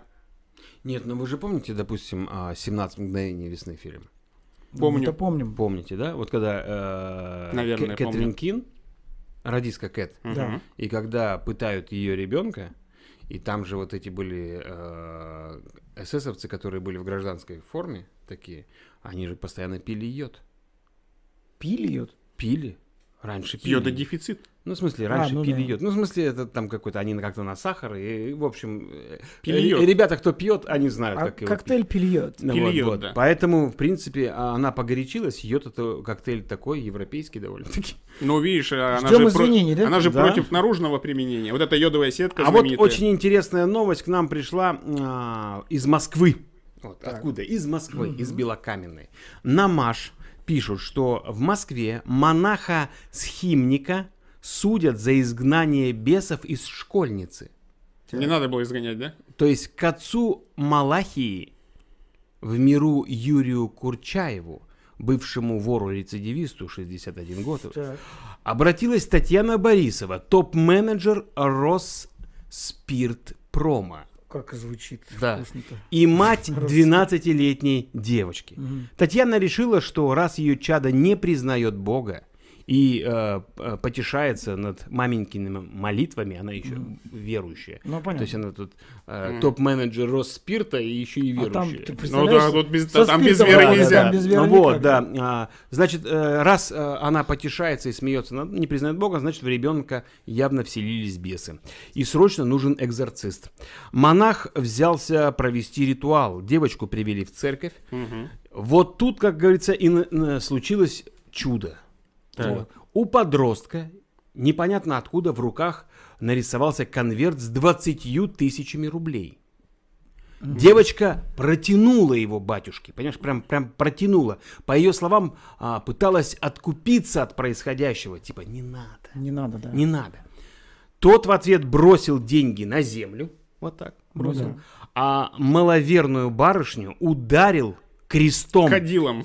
[SPEAKER 1] Нет, ну вы же помните, допустим, а, 17 мгновений весны фильм?
[SPEAKER 2] Помню.
[SPEAKER 3] Ну, Это помним.
[SPEAKER 1] Помните, да? Вот когда э,
[SPEAKER 2] Наверное,
[SPEAKER 1] Кэ- Кэтрин
[SPEAKER 2] помню.
[SPEAKER 1] Кин, радистка Кэт,
[SPEAKER 3] Да.
[SPEAKER 1] и когда пытают ее ребенка, и там же вот эти были э, эсэсовцы, которые были в гражданской форме, такие, они же постоянно пили йод.
[SPEAKER 3] Пили йод?
[SPEAKER 1] Пили. Раньше пили.
[SPEAKER 2] Йододефицит.
[SPEAKER 1] Ну, в смысле,
[SPEAKER 3] А,
[SPEAKER 1] раньше
[SPEAKER 3] ну
[SPEAKER 1] пили
[SPEAKER 3] да.
[SPEAKER 1] йод. Ну, в смысле, это там какой-то, они как-то на сахар, и, в общем, э,
[SPEAKER 2] Пили
[SPEAKER 1] э,
[SPEAKER 2] йод.
[SPEAKER 1] ребята, кто пьет, они знают,
[SPEAKER 3] А
[SPEAKER 1] как его пить.
[SPEAKER 3] коктейль пили йод.
[SPEAKER 1] Ну,
[SPEAKER 2] Пили
[SPEAKER 1] вот,
[SPEAKER 2] йод,
[SPEAKER 1] вот.
[SPEAKER 2] да.
[SPEAKER 1] Поэтому, в принципе, а, она погорячилась, йод это коктейль такой, европейский довольно-таки.
[SPEAKER 2] Ну, видишь, она
[SPEAKER 3] Ждём
[SPEAKER 2] же, про-
[SPEAKER 3] извинений, да?
[SPEAKER 2] она же
[SPEAKER 1] Да.
[SPEAKER 2] против наружного применения. Вот эта йодовая сетка
[SPEAKER 1] А вот
[SPEAKER 2] знаменитая.
[SPEAKER 1] очень интересная новость к нам пришла а, из Москвы. Вот откуда? Из Москвы, из Белокаменной. Намаш пишут, что в Москве монаха-схимника судят за изгнание бесов из школьницы.
[SPEAKER 2] Не надо было изгонять, да?
[SPEAKER 1] То есть к отцу Малахии в миру Юрию Курчаеву, бывшему вору-рецидивисту 61 год,
[SPEAKER 3] Так.
[SPEAKER 1] обратилась Татьяна Борисова, топ-менеджер Росспиртпрома.
[SPEAKER 3] Как звучит.
[SPEAKER 1] Да.
[SPEAKER 3] вкусно-то.
[SPEAKER 1] И мать 12-летней девочки. Татьяна решила, что раз ее чадо не признает Бога и э, э, потешается над маменькиными молитвами, она еще верующая.
[SPEAKER 3] Ну, понятно.
[SPEAKER 1] То есть она тут э, топ-менеджер Росспирта и еще и
[SPEAKER 3] А
[SPEAKER 1] верующая.
[SPEAKER 3] там, ты
[SPEAKER 2] Ну
[SPEAKER 3] представляешь,
[SPEAKER 2] да, тут без,
[SPEAKER 3] со
[SPEAKER 2] там без
[SPEAKER 3] спиртом
[SPEAKER 2] веры
[SPEAKER 3] надо,
[SPEAKER 2] нельзя.
[SPEAKER 3] там без веры
[SPEAKER 1] Ну вот,
[SPEAKER 3] никак.
[SPEAKER 1] да. А, значит, э, раз э, она потешается и смеется, над- не признает Бога, значит, в ребенка явно вселились бесы. И срочно нужен экзорцист. Монах взялся провести ритуал. Девочку привели в церковь. Вот тут, как говорится, и на- на- случилось чудо. Вот. У подростка, непонятно откуда, в руках нарисовался конверт с 20 тысячами рублей. Девочка протянула его батюшке, понимаешь, прям, прям протянула. По ее словам, а, пыталась откупиться от происходящего, типа не надо,
[SPEAKER 3] Не надо, да.
[SPEAKER 1] не надо. Тот в ответ бросил деньги на землю, вот так
[SPEAKER 3] Ну
[SPEAKER 1] бросил, а маловерную барышню ударил крестом,
[SPEAKER 2] Кадилом.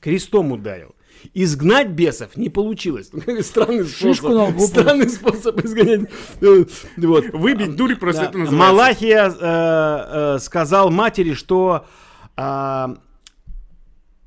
[SPEAKER 1] крестом ударил. Изгнать бесов не получилось. Странный способ.
[SPEAKER 3] Шишку на лбу
[SPEAKER 1] Странный способ изгонять. Э, Вот.
[SPEAKER 2] Выбить дурь просто
[SPEAKER 1] Да.
[SPEAKER 2] это называется.
[SPEAKER 1] Малахия э, э, сказал матери, что а,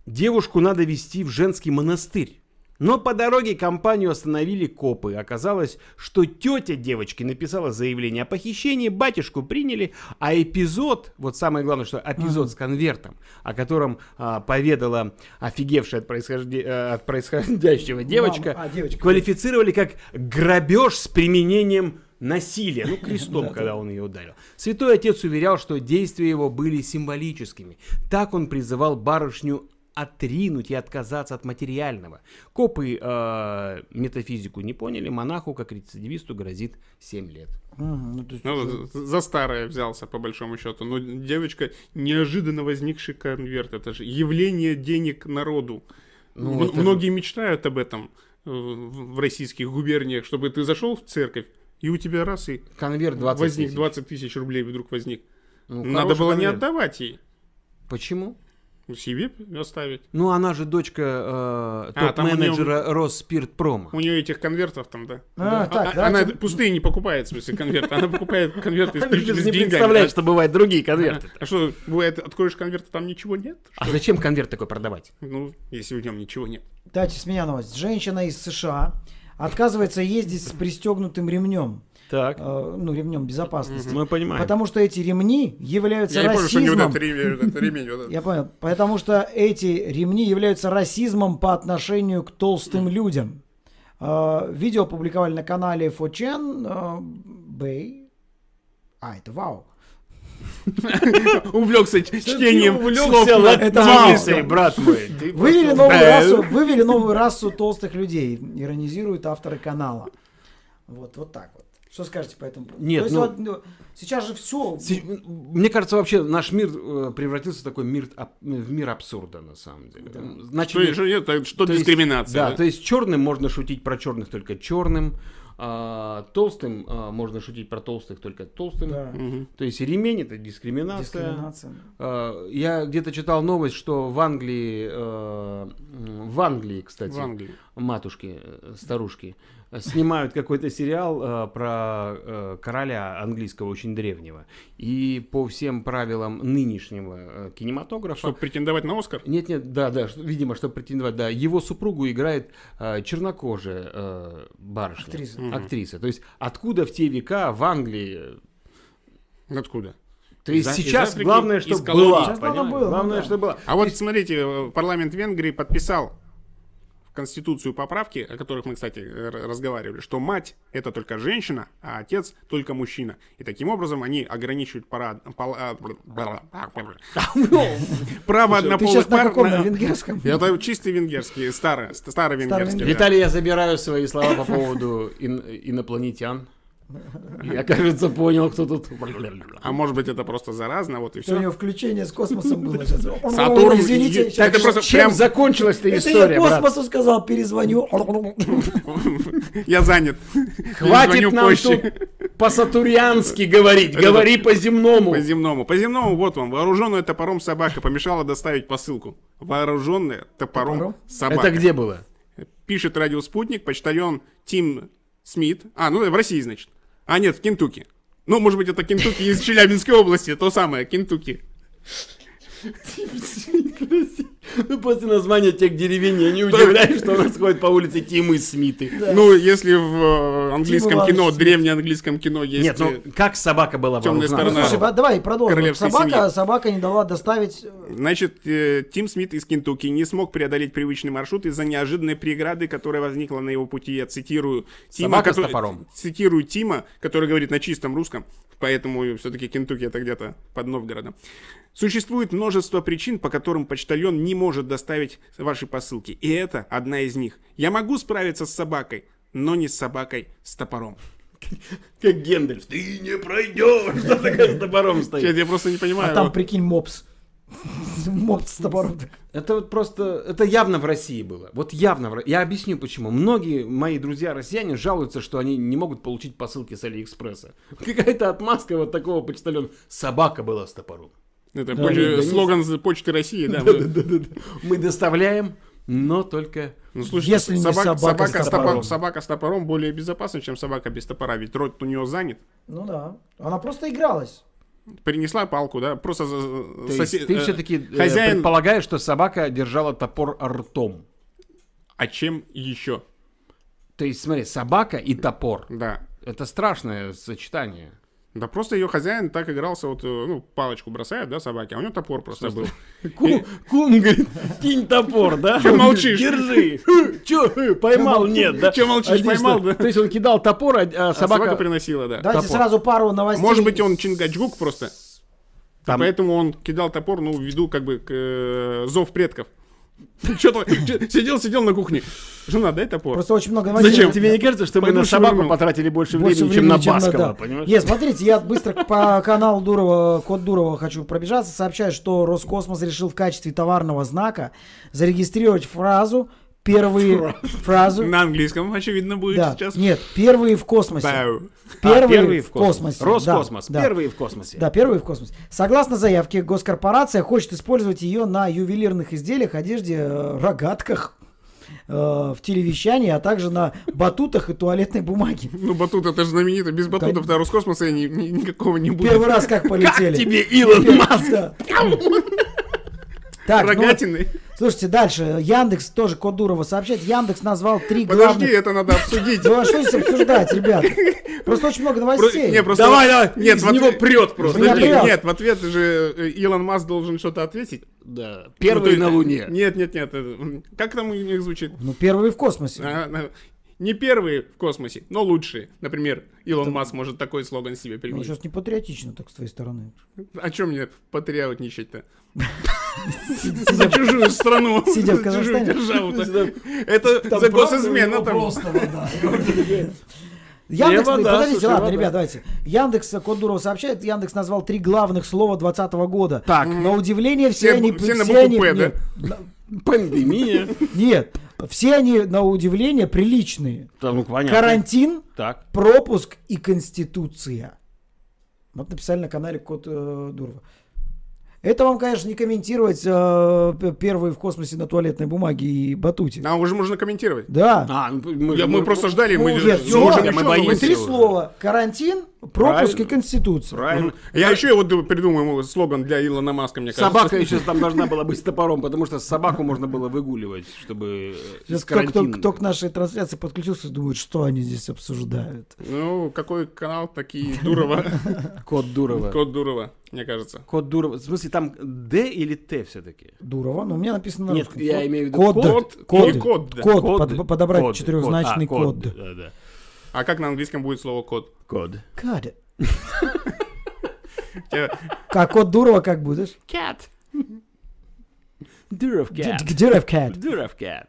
[SPEAKER 1] девушку надо вести в женский монастырь. Но по дороге компанию остановили копы. Оказалось, что тетя девочки написала заявление о похищении, батюшку приняли, а эпизод, вот самое главное, что эпизод с конвертом, о котором а, поведала офигевшая от, происхожде- э, от происходящего девочка,
[SPEAKER 3] а, девочка.
[SPEAKER 1] квалифицировали как грабеж с применением насилия, ну, крестом, когда он ее ударил. Святой отец уверял, что действия его были символическими. Так он призывал барышню отринуть и отказаться от материального. Копы э, метафизику не поняли, монаху, как рецидивисту, грозит 7 лет.
[SPEAKER 3] Мгм, ну, то есть уже-
[SPEAKER 2] Ну, за старое взялся, по большому счету. Но девочка, неожиданно возникший конверт, это же явление денег народу.
[SPEAKER 1] Ну,
[SPEAKER 2] М-
[SPEAKER 1] это же-
[SPEAKER 2] Многие мечтают об этом э, в в российских губерниях, чтобы ты зашел в церковь, и у тебя раз и
[SPEAKER 1] Конверт 20
[SPEAKER 2] Ну, возник
[SPEAKER 1] тысяч.
[SPEAKER 2] 20 тысяч рублей вдруг возник.
[SPEAKER 1] Ну,
[SPEAKER 2] Надо
[SPEAKER 1] хороший
[SPEAKER 2] было не
[SPEAKER 1] конверт.
[SPEAKER 2] отдавать ей,
[SPEAKER 1] Почему?
[SPEAKER 2] себе оставить.
[SPEAKER 1] Ну, она же дочка э,
[SPEAKER 2] А, там у
[SPEAKER 1] топ-менеджера Росспиртпрома.
[SPEAKER 2] У нее этих конвертов там, да?
[SPEAKER 3] А,
[SPEAKER 2] Да.
[SPEAKER 3] так,
[SPEAKER 2] А- а-
[SPEAKER 3] давайте-
[SPEAKER 2] она пустые не покупает, в смысле, конверты. Она покупает конверты
[SPEAKER 1] Ты
[SPEAKER 2] исключительно
[SPEAKER 1] же
[SPEAKER 2] с
[SPEAKER 1] не
[SPEAKER 2] деньгами.
[SPEAKER 1] представляешь, что бывают другие конверты.
[SPEAKER 2] А что, бывает, откроешь конверт, а там ничего нет?
[SPEAKER 1] А зачем конверт такой продавать?
[SPEAKER 2] Ну, если в нем ничего нет.
[SPEAKER 3] Давайте с меня новость. Женщина из США отказывается ездить с пристегнутым ремнем.
[SPEAKER 1] Так,
[SPEAKER 3] Э, ну, ремнем безопасности.
[SPEAKER 1] мы понимаем.
[SPEAKER 3] Потому что эти ремни являются
[SPEAKER 2] Я не помню, что не вот
[SPEAKER 3] расизмом.
[SPEAKER 2] этот ремень, вот этот ремень, вот этот.
[SPEAKER 3] Я понял. Потому что эти ремни являются расизмом по отношению к толстым людям. Э, Видео опубликовали на канале 4chan. Бэй. А, это вау.
[SPEAKER 2] Увлекся ч- чтением слов.
[SPEAKER 1] Увлекся латиницей,
[SPEAKER 3] английском.
[SPEAKER 1] брат мой. Ты
[SPEAKER 3] Вывели
[SPEAKER 1] просто-
[SPEAKER 3] новую,
[SPEAKER 1] Да.
[SPEAKER 3] расу, вывели новую расу толстых людей, иронизируют авторы канала. Вот, вот так вот. Что скажете по этому? поводу?
[SPEAKER 1] Нет,
[SPEAKER 3] То есть
[SPEAKER 1] ну-
[SPEAKER 3] вот, ну, сейчас же все.
[SPEAKER 1] Се- Мне кажется, вообще наш мир э, превратился в такой мир, аб- в мир абсурда, на самом деле.
[SPEAKER 2] Что
[SPEAKER 1] Начали-
[SPEAKER 2] еще нет, так что
[SPEAKER 1] То есть- Да,
[SPEAKER 2] дискриминация?
[SPEAKER 1] то
[SPEAKER 2] да?
[SPEAKER 1] есть черным можно шутить про черных только черным, а, толстым а, можно шутить про толстых только толстым.
[SPEAKER 2] Мгм.
[SPEAKER 1] То есть ремень это дискриминация.
[SPEAKER 3] Дискриминация.
[SPEAKER 1] А, Я где-то читал новость, что в Англии, э, м, в Англии, кстати,
[SPEAKER 2] В Англии.
[SPEAKER 1] матушки, э, старушки, э, снимают какой-то сериал э, про э, короля английского очень древнего. И по всем правилам нынешнего э, кинематографа...
[SPEAKER 2] Чтобы претендовать на Оскар?
[SPEAKER 1] Нет, нет, да, да, что- видимо, чтобы претендовать, да. Его супругу играет э, чернокожая э, барышня.
[SPEAKER 3] Актриса.
[SPEAKER 2] Мгм.
[SPEAKER 1] Актриса. То есть откуда в те века в Англии... э,
[SPEAKER 2] Откуда?
[SPEAKER 1] То есть
[SPEAKER 2] Из- из
[SPEAKER 1] сейчас
[SPEAKER 2] Африки,
[SPEAKER 1] главное,
[SPEAKER 2] из
[SPEAKER 1] что было.
[SPEAKER 2] колоний.
[SPEAKER 3] Сейчас главное
[SPEAKER 1] понимаешь?
[SPEAKER 3] было, ну
[SPEAKER 1] Главное,
[SPEAKER 3] да.
[SPEAKER 1] что было.
[SPEAKER 2] А вот смотрите, э, парламент Венгрии подписал в Конституцию поправки, о которых мы, кстати, э, р- разговаривали, что мать — это только женщина, а отец — только мужчина. И таким образом они ограничивают пара- пол- а, бр- бр- а, бр- право
[SPEAKER 3] Ты
[SPEAKER 2] однополых
[SPEAKER 3] сейчас на
[SPEAKER 2] пар...
[SPEAKER 3] каком? На
[SPEAKER 2] на-
[SPEAKER 3] венгерском?
[SPEAKER 2] Это чистый венгерский, старый, старый венгерский. да.
[SPEAKER 1] Виталий, я забираю свои слова по поводу ин- инопланетян. Я, кажется, понял, кто тут.
[SPEAKER 2] А может быть, это просто заразно, вот и
[SPEAKER 3] Что у
[SPEAKER 2] все.
[SPEAKER 3] него включение с космосом было сейчас.
[SPEAKER 2] Сатурн,
[SPEAKER 3] Извините,
[SPEAKER 2] е-
[SPEAKER 3] сейчас-
[SPEAKER 2] это просто
[SPEAKER 1] Чем
[SPEAKER 2] прям-
[SPEAKER 1] закончилась-то
[SPEAKER 3] Это
[SPEAKER 1] история,
[SPEAKER 3] я
[SPEAKER 1] брат?
[SPEAKER 3] космосу сказал, перезвоню.
[SPEAKER 2] Я занят. Перезвоню
[SPEAKER 1] Хватит нам
[SPEAKER 2] позже.
[SPEAKER 1] тут по-сатурьянски говорить.
[SPEAKER 2] Это-
[SPEAKER 1] Говори по-земному.
[SPEAKER 2] По земному. По земному, вот вам. Вооруженная топором собака помешала доставить посылку. Вооруженная топором,
[SPEAKER 3] Топором?
[SPEAKER 2] собака.
[SPEAKER 1] Это где было?
[SPEAKER 2] Пишет радиоспутник, почтальон Тим Смит. А, ну в России, значит. А, нет, в Кентукки. Ну, может быть, это Кентукки из Челябинской области, то самое, Кентукки.
[SPEAKER 1] Ну, после названия тех деревень я не удивляюсь, что у нас ходит по улице Тимы Смиты.
[SPEAKER 2] Ну, если в э, английском
[SPEAKER 3] Иванович
[SPEAKER 2] кино,
[SPEAKER 3] Смит.
[SPEAKER 2] древнеанглийском кино есть...
[SPEAKER 1] Нет, ну
[SPEAKER 2] э,
[SPEAKER 1] как собака была
[SPEAKER 2] Тёмная
[SPEAKER 1] вооружена?
[SPEAKER 2] сторона.
[SPEAKER 3] Слушай, ба- давай продолжим. Вот
[SPEAKER 2] Королевской
[SPEAKER 3] Собака,
[SPEAKER 2] семьи.
[SPEAKER 3] собака не дала доставить.
[SPEAKER 2] Значит, э, Тим Смит из Кентукки не смог преодолеть привычный маршрут из-за неожиданной преграды, которая возникла на его пути. Я цитирую Тима,
[SPEAKER 1] Собака с
[SPEAKER 2] который-
[SPEAKER 1] топором.
[SPEAKER 2] цитирую Тима, который говорит на чистом русском, поэтому все-таки Кентукки это где-то под Новгородом. Существует множество причин, по которым почтальон не может доставить ваши посылки, и это одна из них. Я могу справиться с собакой, но не с собакой с топором.
[SPEAKER 1] Как Гендальф. Ты не пройдешь. Что такая с топором стоит?
[SPEAKER 2] Я, я просто не понимаю.
[SPEAKER 3] А там, прикинь, мопс. Мопс с топором.
[SPEAKER 1] Это вот просто, это явно в России было. Вот явно. в Ро- Я объясню почему. Многие мои друзья россияне жалуются, что они не могут получить посылки с Алиэкспресса. Какая-то отмазка вот такого почтальона. Собака была с топором.
[SPEAKER 2] Это
[SPEAKER 3] Да,
[SPEAKER 2] поч-
[SPEAKER 3] да, да,
[SPEAKER 2] слоган за почты России, да. вот.
[SPEAKER 1] Да-да-да. Мы доставляем, но только...
[SPEAKER 2] Ну, слушайте,
[SPEAKER 3] Если не собака
[SPEAKER 2] с
[SPEAKER 3] с топором.
[SPEAKER 2] топором. Собака с топором более безопасна, чем собака без топора, ведь рот у нее занят.
[SPEAKER 3] Ну да. Она просто игралась.
[SPEAKER 2] Принесла палку, да, просто за-
[SPEAKER 1] То есть
[SPEAKER 2] сосед-
[SPEAKER 1] ты
[SPEAKER 2] э,
[SPEAKER 1] все-таки э,
[SPEAKER 2] хозяин.
[SPEAKER 1] предполагаешь, что собака держала топор ртом.
[SPEAKER 2] А чем еще?
[SPEAKER 1] То есть, смотри, собака и топор.
[SPEAKER 2] Да.
[SPEAKER 1] Это страшное сочетание.
[SPEAKER 2] Да просто ее хозяин так игрался, вот, э, ну, палочку бросает, да, собаки, а у него топор просто был.
[SPEAKER 1] Кум, кум, говорит, кинь топор, да?
[SPEAKER 2] Чё молчишь?
[SPEAKER 1] Держи. Че, поймал, нет, да?
[SPEAKER 2] Чё молчишь,
[SPEAKER 1] Один,
[SPEAKER 2] поймал,
[SPEAKER 1] что-
[SPEAKER 2] да?
[SPEAKER 1] То есть он кидал топор, а- а
[SPEAKER 2] А собака...
[SPEAKER 1] собака...
[SPEAKER 2] приносила, да.
[SPEAKER 3] Давайте
[SPEAKER 1] Топор.
[SPEAKER 3] сразу пару новостей.
[SPEAKER 2] Может быть, он Чингачгук просто.
[SPEAKER 1] Там-
[SPEAKER 2] Поэтому он кидал топор, ну, ввиду, как бы, к, э, зов предков. Что-то сидел-сидел на кухне. Жена, дай топор.
[SPEAKER 3] Просто очень много новостей.
[SPEAKER 1] Зачем? Тебе не кажется, что мы
[SPEAKER 2] Пойду
[SPEAKER 1] на собаку
[SPEAKER 2] швырну.
[SPEAKER 1] потратили больше
[SPEAKER 3] Больше
[SPEAKER 1] времени, чем на А,
[SPEAKER 3] времени, чем на- да.
[SPEAKER 1] Баскова, понимаешь?
[SPEAKER 3] Нет, смотрите, я быстро по каналу Дурова, Код Дурова хочу пробежаться. Сообщаю, что Роскосмос решил в качестве товарного знака зарегистрировать фразу первые фразу.
[SPEAKER 2] На английском, очевидно, будет
[SPEAKER 3] Да.
[SPEAKER 2] сейчас.
[SPEAKER 3] Нет, первые в космосе.
[SPEAKER 2] Бэу.
[SPEAKER 1] А,
[SPEAKER 3] Первые в космосе.
[SPEAKER 1] Роскосмос.
[SPEAKER 3] Да, да.
[SPEAKER 1] Первые в космосе.
[SPEAKER 3] Да, первые в космосе. Согласно заявке, госкорпорация хочет использовать ее на ювелирных изделиях, одежде, э, рогатках, э, в телевещании, а также на батутах и туалетной бумаге.
[SPEAKER 2] Ну, батут, это же знаменито. Без а батутов до Роскосмоса ни- ни- никакого не будет.
[SPEAKER 3] Первый раз как полетели.
[SPEAKER 1] Тебе Илон Маск.
[SPEAKER 3] Да. Так, ну,
[SPEAKER 2] Рогатины.
[SPEAKER 3] слушайте, дальше. Яндекс тоже код Дурова сообщает. Яндекс назвал три
[SPEAKER 2] Подожди,
[SPEAKER 3] главных...
[SPEAKER 2] это надо обсудить.
[SPEAKER 3] Ну а что здесь обсуждать, ребят? Просто очень много
[SPEAKER 2] Про-
[SPEAKER 3] новостей.
[SPEAKER 2] не, просто-
[SPEAKER 1] Давай, давай.
[SPEAKER 2] Нет,
[SPEAKER 1] Из
[SPEAKER 2] в отве-
[SPEAKER 1] него прет просто.
[SPEAKER 3] Меня
[SPEAKER 2] Подожди,
[SPEAKER 3] прет.
[SPEAKER 2] Нет, в ответ же э, Илон Маск должен что-то ответить.
[SPEAKER 1] Да.
[SPEAKER 2] Ну, то
[SPEAKER 1] Первые
[SPEAKER 2] есть-
[SPEAKER 1] на Луне.
[SPEAKER 2] Нет, нет, нет. это, м, Как там у них звучит?
[SPEAKER 3] Ну, первые в космосе.
[SPEAKER 2] А, на- Не первые в космосе, но лучшие. Например, Илон Маск может такой слоган себе
[SPEAKER 3] Ну,
[SPEAKER 2] применить.
[SPEAKER 3] сейчас не патриотично так с твоей стороны.
[SPEAKER 2] О чем мне патриотничать-то? За чужую страну,
[SPEAKER 3] Сидя в
[SPEAKER 2] за чужую
[SPEAKER 3] Казахстане.
[SPEAKER 2] державу-то. Это за госизмена там.
[SPEAKER 3] Яндекс,
[SPEAKER 1] Лево, да,
[SPEAKER 3] подождите,
[SPEAKER 1] слушай,
[SPEAKER 3] ладно,
[SPEAKER 1] вода.
[SPEAKER 3] ребят, давайте. Яндекс, код Дурова сообщает, Яндекс назвал три главных слова 2020 года. Так. На
[SPEAKER 2] ну,
[SPEAKER 3] удивление все,
[SPEAKER 2] Все
[SPEAKER 3] они...
[SPEAKER 2] бу- все на
[SPEAKER 3] все они-
[SPEAKER 2] букву «П»,
[SPEAKER 3] нет,
[SPEAKER 1] Пандемия.
[SPEAKER 3] Нет, все они, на удивление, приличные.
[SPEAKER 1] Да, ну, понятно.
[SPEAKER 3] Карантин,
[SPEAKER 1] Так.
[SPEAKER 3] пропуск и конституция. Вот написали на канале Кот э, Дурова. Это вам, конечно, не комментировать э, п- первые в космосе на туалетной бумаге и батуте.
[SPEAKER 2] Нам а уже можно комментировать.
[SPEAKER 3] Да.
[SPEAKER 1] А, ну, мы,
[SPEAKER 2] Я- Мы просто ждали, мы
[SPEAKER 3] Ну,
[SPEAKER 2] же
[SPEAKER 3] нет,
[SPEAKER 2] можем
[SPEAKER 3] всё,
[SPEAKER 1] мы
[SPEAKER 2] ещё
[SPEAKER 1] боимся.
[SPEAKER 2] новости.
[SPEAKER 1] Все
[SPEAKER 3] Три
[SPEAKER 1] уже.
[SPEAKER 3] слова. Карантин, пропуск и
[SPEAKER 1] Правильно.
[SPEAKER 3] конституция.
[SPEAKER 1] Правильно.
[SPEAKER 2] Я еще и вот придумаю ему слоган для Илона Маска, мне кажется.
[SPEAKER 1] Собака еще там должна была быть с топором, потому что собаку можно было выгуливать, чтобы э, из
[SPEAKER 3] Сейчас кто, кто,
[SPEAKER 1] карантина.
[SPEAKER 3] кто к нашей трансляции подключился, думает, что они здесь обсуждают.
[SPEAKER 2] Ну, какой канал, такие Дурова.
[SPEAKER 1] Кот Дурова. Кот...
[SPEAKER 2] Кот Дурова, мне кажется.
[SPEAKER 1] Дурова. В смысле, там Д или Т все-таки?
[SPEAKER 3] Дурова, но у меня написано на
[SPEAKER 1] Нет,
[SPEAKER 3] русском.
[SPEAKER 1] я имею в виду
[SPEAKER 3] Код.
[SPEAKER 1] код
[SPEAKER 2] или код,
[SPEAKER 3] Код.
[SPEAKER 2] да.
[SPEAKER 3] Код. Под- подобрать четырехзначный код.
[SPEAKER 1] А, код. Да, да.
[SPEAKER 2] А как на английском будет слово кот?
[SPEAKER 1] Код.
[SPEAKER 3] Кад.
[SPEAKER 2] Э,
[SPEAKER 3] Как код Дурова, как будешь?
[SPEAKER 1] Cat. Дуров cat.
[SPEAKER 3] Дуров кад.
[SPEAKER 1] Дуров cat.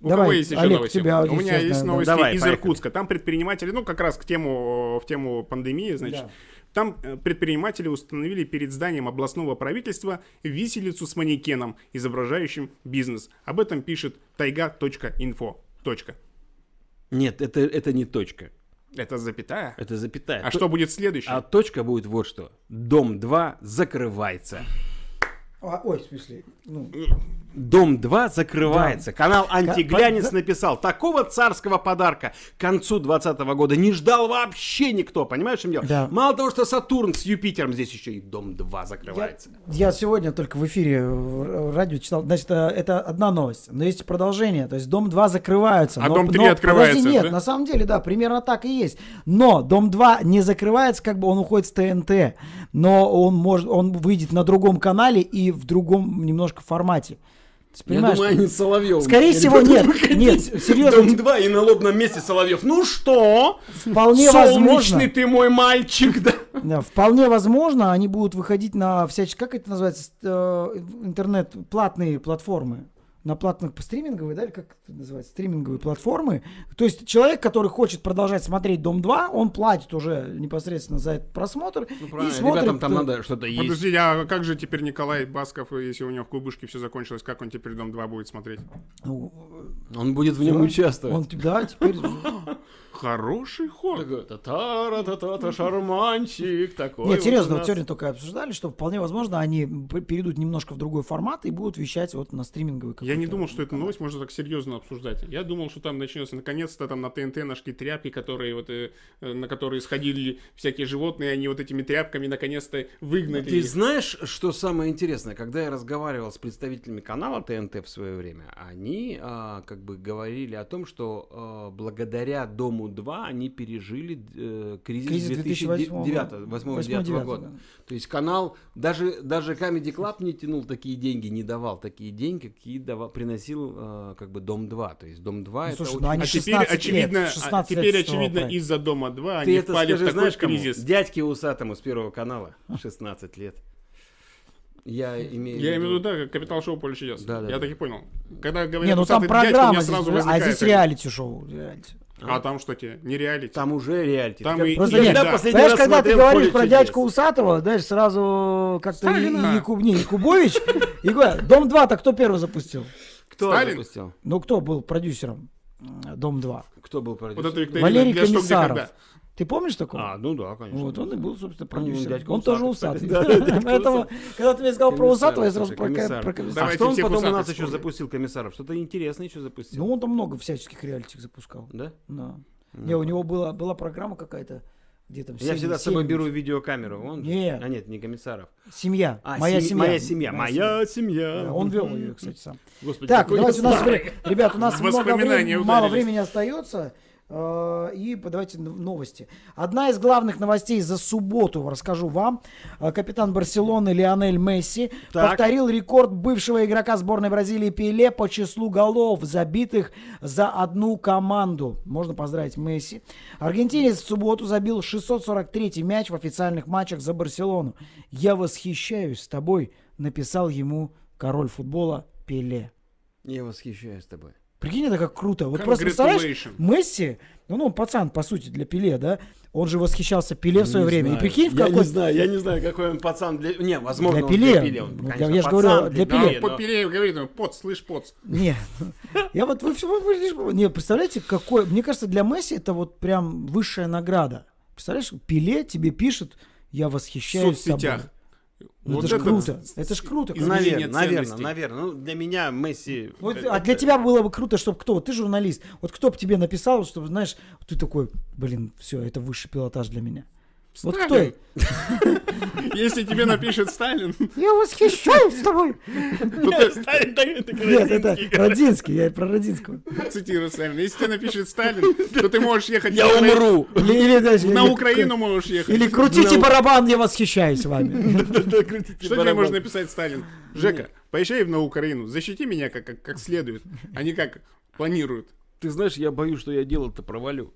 [SPEAKER 2] У
[SPEAKER 3] Давай,
[SPEAKER 2] кого есть еще
[SPEAKER 3] Олег,
[SPEAKER 2] новости?
[SPEAKER 3] тебя
[SPEAKER 2] У меня
[SPEAKER 3] здесь,
[SPEAKER 2] есть
[SPEAKER 3] наверное,
[SPEAKER 2] новости
[SPEAKER 1] Давай,
[SPEAKER 2] из
[SPEAKER 1] поехали.
[SPEAKER 2] Иркутска. Там предприниматели, ну, как раз к тему, в тему пандемии, значит.
[SPEAKER 3] Да.
[SPEAKER 2] Там э, предприниматели установили перед зданием областного правительства виселицу с манекеном, изображающим бизнес. Об этом пишет тайга.инфо. Точка.
[SPEAKER 1] Нет, это, это не точка.
[SPEAKER 2] Это запятая.
[SPEAKER 1] Это запятая.
[SPEAKER 2] А
[SPEAKER 1] То-
[SPEAKER 2] что будет следующим?
[SPEAKER 1] А точка будет вот что. Дом 2 закрывается.
[SPEAKER 3] А, ой, в смысле, ну,
[SPEAKER 1] Дом 2 закрывается. Канал
[SPEAKER 3] Ка-
[SPEAKER 1] Антиглянец
[SPEAKER 3] по-
[SPEAKER 1] написал, такого царского подарка к концу 2020 года не ждал вообще никто, понимаешь, в чем дело?
[SPEAKER 3] Да.
[SPEAKER 1] Мало того, что Сатурн с Юпитером, здесь еще и Дом 2
[SPEAKER 3] Я,
[SPEAKER 1] закрывается.
[SPEAKER 3] я сегодня только в эфире э, в радио читал. Значит, э, это одна новость. Но есть продолжение. То есть дом 2 закрываются.
[SPEAKER 2] А
[SPEAKER 3] но-
[SPEAKER 2] Дом 3
[SPEAKER 3] но-
[SPEAKER 2] открывается,
[SPEAKER 3] подожди, нет,
[SPEAKER 2] да?
[SPEAKER 3] на самом деле, да, примерно так и есть. Но дом 2 не закрывается, как бы он уходит с ТНТ. Но он может, он выйдет на другом канале и в другом немножко формате. Ты понимаешь,
[SPEAKER 1] они с Соловьевым.
[SPEAKER 3] Скорее всего, нет. Нет, серьезно.
[SPEAKER 1] Дом 2 и на лобном месте Соловьев. Ну что?
[SPEAKER 3] вполне возможно.
[SPEAKER 1] Солнечный ты мой мальчик, да?
[SPEAKER 3] Да, вполне возможно, они будут выходить на всячески, как это называется, ст- э, интернет, платные платформы. На платных по- стриминговые, да, или как это называется, стриминговые платформы. То есть человек, который хочет продолжать смотреть Дом 2, он платит уже непосредственно за этот просмотр. и смотрит,
[SPEAKER 1] Ну, Ребятам там
[SPEAKER 3] э,
[SPEAKER 1] надо что-то есть.
[SPEAKER 2] Подожди, а как же теперь Николай Басков, если у него в клубышке все закончилось, как он теперь Дом 2 будет смотреть?
[SPEAKER 3] ну,
[SPEAKER 1] Он будет в нем участвовать.
[SPEAKER 3] Он, типа, да, теперь...
[SPEAKER 2] Хороший ход.
[SPEAKER 1] Такой, «Та-та-ра-та-та-та, шарманчик такой.
[SPEAKER 3] Нет,
[SPEAKER 1] вот
[SPEAKER 3] серьезно,
[SPEAKER 1] у
[SPEAKER 3] вот
[SPEAKER 1] нас».
[SPEAKER 3] сегодня только обсуждали, что вполне возможно, они п- перейдут немножко в другой формат и будут вещать вот на стриминговый
[SPEAKER 2] Я не думал, что эту новость можно так серьезно обсуждать. Я думал, что там начнется наконец-то там на ТНТ нашли тряпки, которые вот э, э, на которые сходили всякие животные, и они вот этими тряпками наконец-то выгнали.
[SPEAKER 1] Ты
[SPEAKER 2] их.
[SPEAKER 1] знаешь, что самое интересное? Когда я разговаривал с представителями канала ТНТ в свое время, они а, как бы говорили о том, что а, благодаря Дому 2 они пережили э, кризис,
[SPEAKER 3] Кризис
[SPEAKER 1] 2008-2009
[SPEAKER 3] 2008-2009
[SPEAKER 1] года.
[SPEAKER 3] года.
[SPEAKER 1] То есть канал, даже, даже Comedy Club не тянул такие деньги, не давал такие деньги, какие давал, приносил а, как бы Дом 2. То есть Дом 2
[SPEAKER 3] Ну,
[SPEAKER 1] это
[SPEAKER 3] слушай,
[SPEAKER 1] очень-
[SPEAKER 3] ну, они
[SPEAKER 2] А теперь,
[SPEAKER 3] 16 лет,
[SPEAKER 2] очевидно, а
[SPEAKER 3] 16 лет
[SPEAKER 2] теперь,
[SPEAKER 3] с того
[SPEAKER 2] очевидно,
[SPEAKER 3] проекта.
[SPEAKER 2] из-за дома 2
[SPEAKER 1] Ты
[SPEAKER 2] они
[SPEAKER 1] это
[SPEAKER 2] впали
[SPEAKER 1] скажи,
[SPEAKER 2] в такой
[SPEAKER 1] знаешь кому?
[SPEAKER 2] кризис.
[SPEAKER 1] Дядьке усатому с первого канала 16 лет. Я имею
[SPEAKER 2] Я имею в виду, да, капитал шоу поле чудес.
[SPEAKER 1] Да, да,
[SPEAKER 2] Я
[SPEAKER 1] да.
[SPEAKER 2] так и понял. Когда говорят,
[SPEAKER 3] Не, ну там
[SPEAKER 2] «Усатый дядька», у меня
[SPEAKER 3] программа, здесь,
[SPEAKER 2] сразу
[SPEAKER 3] а
[SPEAKER 2] возникает
[SPEAKER 3] здесь
[SPEAKER 2] это.
[SPEAKER 3] реалити шоу. реалити.
[SPEAKER 2] А там что тебе? Не реалити.
[SPEAKER 1] Там уже реалити.
[SPEAKER 2] Там
[SPEAKER 1] Ты
[SPEAKER 2] и-
[SPEAKER 1] как-
[SPEAKER 3] Просто
[SPEAKER 2] Я
[SPEAKER 3] нет,
[SPEAKER 2] когда
[SPEAKER 1] да. последний
[SPEAKER 3] знаешь,
[SPEAKER 1] раз
[SPEAKER 3] когда ты
[SPEAKER 1] смотрел
[SPEAKER 3] говоришь
[SPEAKER 1] «Поле
[SPEAKER 3] про
[SPEAKER 1] чудес»?
[SPEAKER 3] дядьку Усатого, знаешь, сразу как-то и-
[SPEAKER 2] Сталина.
[SPEAKER 3] и Якуб- не, Якубович, и говорят, Дом 2-то кто первый запустил?
[SPEAKER 1] Кто
[SPEAKER 2] Сталин?
[SPEAKER 1] запустил?
[SPEAKER 3] Ну, кто был продюсером м, Дом 2?
[SPEAKER 1] Кто был продюсером?
[SPEAKER 2] Вот это викторина
[SPEAKER 3] Валерий
[SPEAKER 2] для что, где,
[SPEAKER 3] Комиссаров.
[SPEAKER 2] когда.
[SPEAKER 3] Ты помнишь такого?
[SPEAKER 1] А, ну да, конечно.
[SPEAKER 3] Вот, он и был, собственно,
[SPEAKER 1] Ну,
[SPEAKER 3] продюсером.
[SPEAKER 1] дядька
[SPEAKER 3] Он тоже
[SPEAKER 1] Усатый,
[SPEAKER 3] усатый.
[SPEAKER 1] кстати. Да, дядька
[SPEAKER 3] Поэтому,
[SPEAKER 1] Усатый.
[SPEAKER 3] когда ты мне сказал про
[SPEAKER 1] Комиссаров,
[SPEAKER 3] усатого, я сразу
[SPEAKER 1] слушай,
[SPEAKER 3] про ко-
[SPEAKER 1] комиссар.
[SPEAKER 3] про
[SPEAKER 1] А
[SPEAKER 3] комиссара.
[SPEAKER 2] Давайте
[SPEAKER 1] что он
[SPEAKER 2] всех
[SPEAKER 1] потом у
[SPEAKER 2] усатых
[SPEAKER 1] нас еще
[SPEAKER 2] вспомним.
[SPEAKER 1] запустил, комиссаров? Что-то интересное еще запустил.
[SPEAKER 3] Ну, он там много всяческих реалитик запускал.
[SPEAKER 1] да?
[SPEAKER 3] Да. Не, у него была, была программа какая-то, где там
[SPEAKER 1] Ну Я
[SPEAKER 3] семь-
[SPEAKER 1] всегда с собой
[SPEAKER 3] семь-
[SPEAKER 1] беру видеокамеру. Он же-
[SPEAKER 3] Нет.
[SPEAKER 1] А нет, не комиссаров.
[SPEAKER 3] Семья.
[SPEAKER 1] А,
[SPEAKER 3] моя,
[SPEAKER 1] семь-
[SPEAKER 3] семья.
[SPEAKER 1] Моя семья. Моя семья.
[SPEAKER 3] Да, он вел
[SPEAKER 1] Мгм.
[SPEAKER 3] ее, кстати, сам.
[SPEAKER 1] Господи,
[SPEAKER 3] Так,
[SPEAKER 1] какой я
[SPEAKER 3] давайте у нас,
[SPEAKER 1] старый.
[SPEAKER 3] вре- ребят, у нас много
[SPEAKER 2] Воспоминания
[SPEAKER 3] времени, мало
[SPEAKER 2] ударились.
[SPEAKER 3] времени остается. э, И по- давайте н- новости. Одна из главных новостей за субботу расскажу вам. Э, Капитан Барселоны Лионель Месси
[SPEAKER 1] Так.
[SPEAKER 3] повторил рекорд бывшего игрока сборной Бразилии Пеле по числу голов, забитых за одну команду. Можно поздравить Месси. Аргентинец в субботу забил 643 мяч в официальных матчах за Барселону. «Я восхищаюсь тобой», написал ему король футбола Пеле.
[SPEAKER 1] Я восхищаюсь тобой.
[SPEAKER 3] Прикинь, это как круто. Вот просто представляешь,
[SPEAKER 2] Congratulations.
[SPEAKER 3] Месси, ну, ну, он пацан, по сути, для Пеле, да? Он же восхищался Пеле в свое
[SPEAKER 1] Ну, Не
[SPEAKER 3] время.
[SPEAKER 1] знаю.
[SPEAKER 3] И прикинь, в
[SPEAKER 1] Я
[SPEAKER 3] какой...
[SPEAKER 1] не знаю, я не знаю, какой он пацан для... Не, возможно,
[SPEAKER 3] Для
[SPEAKER 1] он
[SPEAKER 3] Пеле.
[SPEAKER 1] для Пеле. он,
[SPEAKER 3] Ну,
[SPEAKER 1] конечно,
[SPEAKER 3] я же
[SPEAKER 1] пацан
[SPEAKER 3] говорю, для
[SPEAKER 2] Да,
[SPEAKER 3] Пеле.
[SPEAKER 2] он попилею говорит, он, пот, слышь, пот.
[SPEAKER 3] Не, я вот... Вы, всё- вы лишь- не, представляете, какой... Мне кажется, для Месси это вот прям высшая награда. Представляешь, Пеле тебе пишет, я
[SPEAKER 2] В
[SPEAKER 3] восхищаюсь
[SPEAKER 2] соцсетях.
[SPEAKER 3] тобой. Ну,
[SPEAKER 2] Вот
[SPEAKER 3] это ж
[SPEAKER 2] это
[SPEAKER 3] круто. Это ж круто.
[SPEAKER 2] из-
[SPEAKER 3] конечно.
[SPEAKER 1] Наверное,
[SPEAKER 2] изменение
[SPEAKER 1] наверное,
[SPEAKER 2] ценностей.
[SPEAKER 1] наверное. Ну, для меня Месси...
[SPEAKER 3] Вот,
[SPEAKER 1] это-
[SPEAKER 3] а для тебя было бы круто, чтобы кто? Ты журналист. Вот кто бы тебе написал, чтобы, знаешь, ты такой, блин, все, это высший пилотаж для меня. Вот кто?
[SPEAKER 2] Сталин. Если тебе напишет Сталин,
[SPEAKER 3] Я восхищаюсь тобой.
[SPEAKER 2] то ты- Сталин так- так
[SPEAKER 3] Нет,
[SPEAKER 2] говорит,
[SPEAKER 3] это Родинский, я и про Родинского.
[SPEAKER 2] цитирую Сталина. Если тебе напишет Сталин, то ты можешь ехать
[SPEAKER 1] Я
[SPEAKER 2] на Укра-
[SPEAKER 1] умру!
[SPEAKER 3] Или, или, знаешь,
[SPEAKER 2] На
[SPEAKER 3] или-
[SPEAKER 2] Украину можешь ехать.
[SPEAKER 3] Или крутите барабан, я восхищаюсь вами.
[SPEAKER 2] Что тебе Типа, можно написать, Сталин? Жека, поезжай на Украину, защити меня как, как, как следует, а не как планируют.
[SPEAKER 1] Ты знаешь, я боюсь, что я дело-то провалю.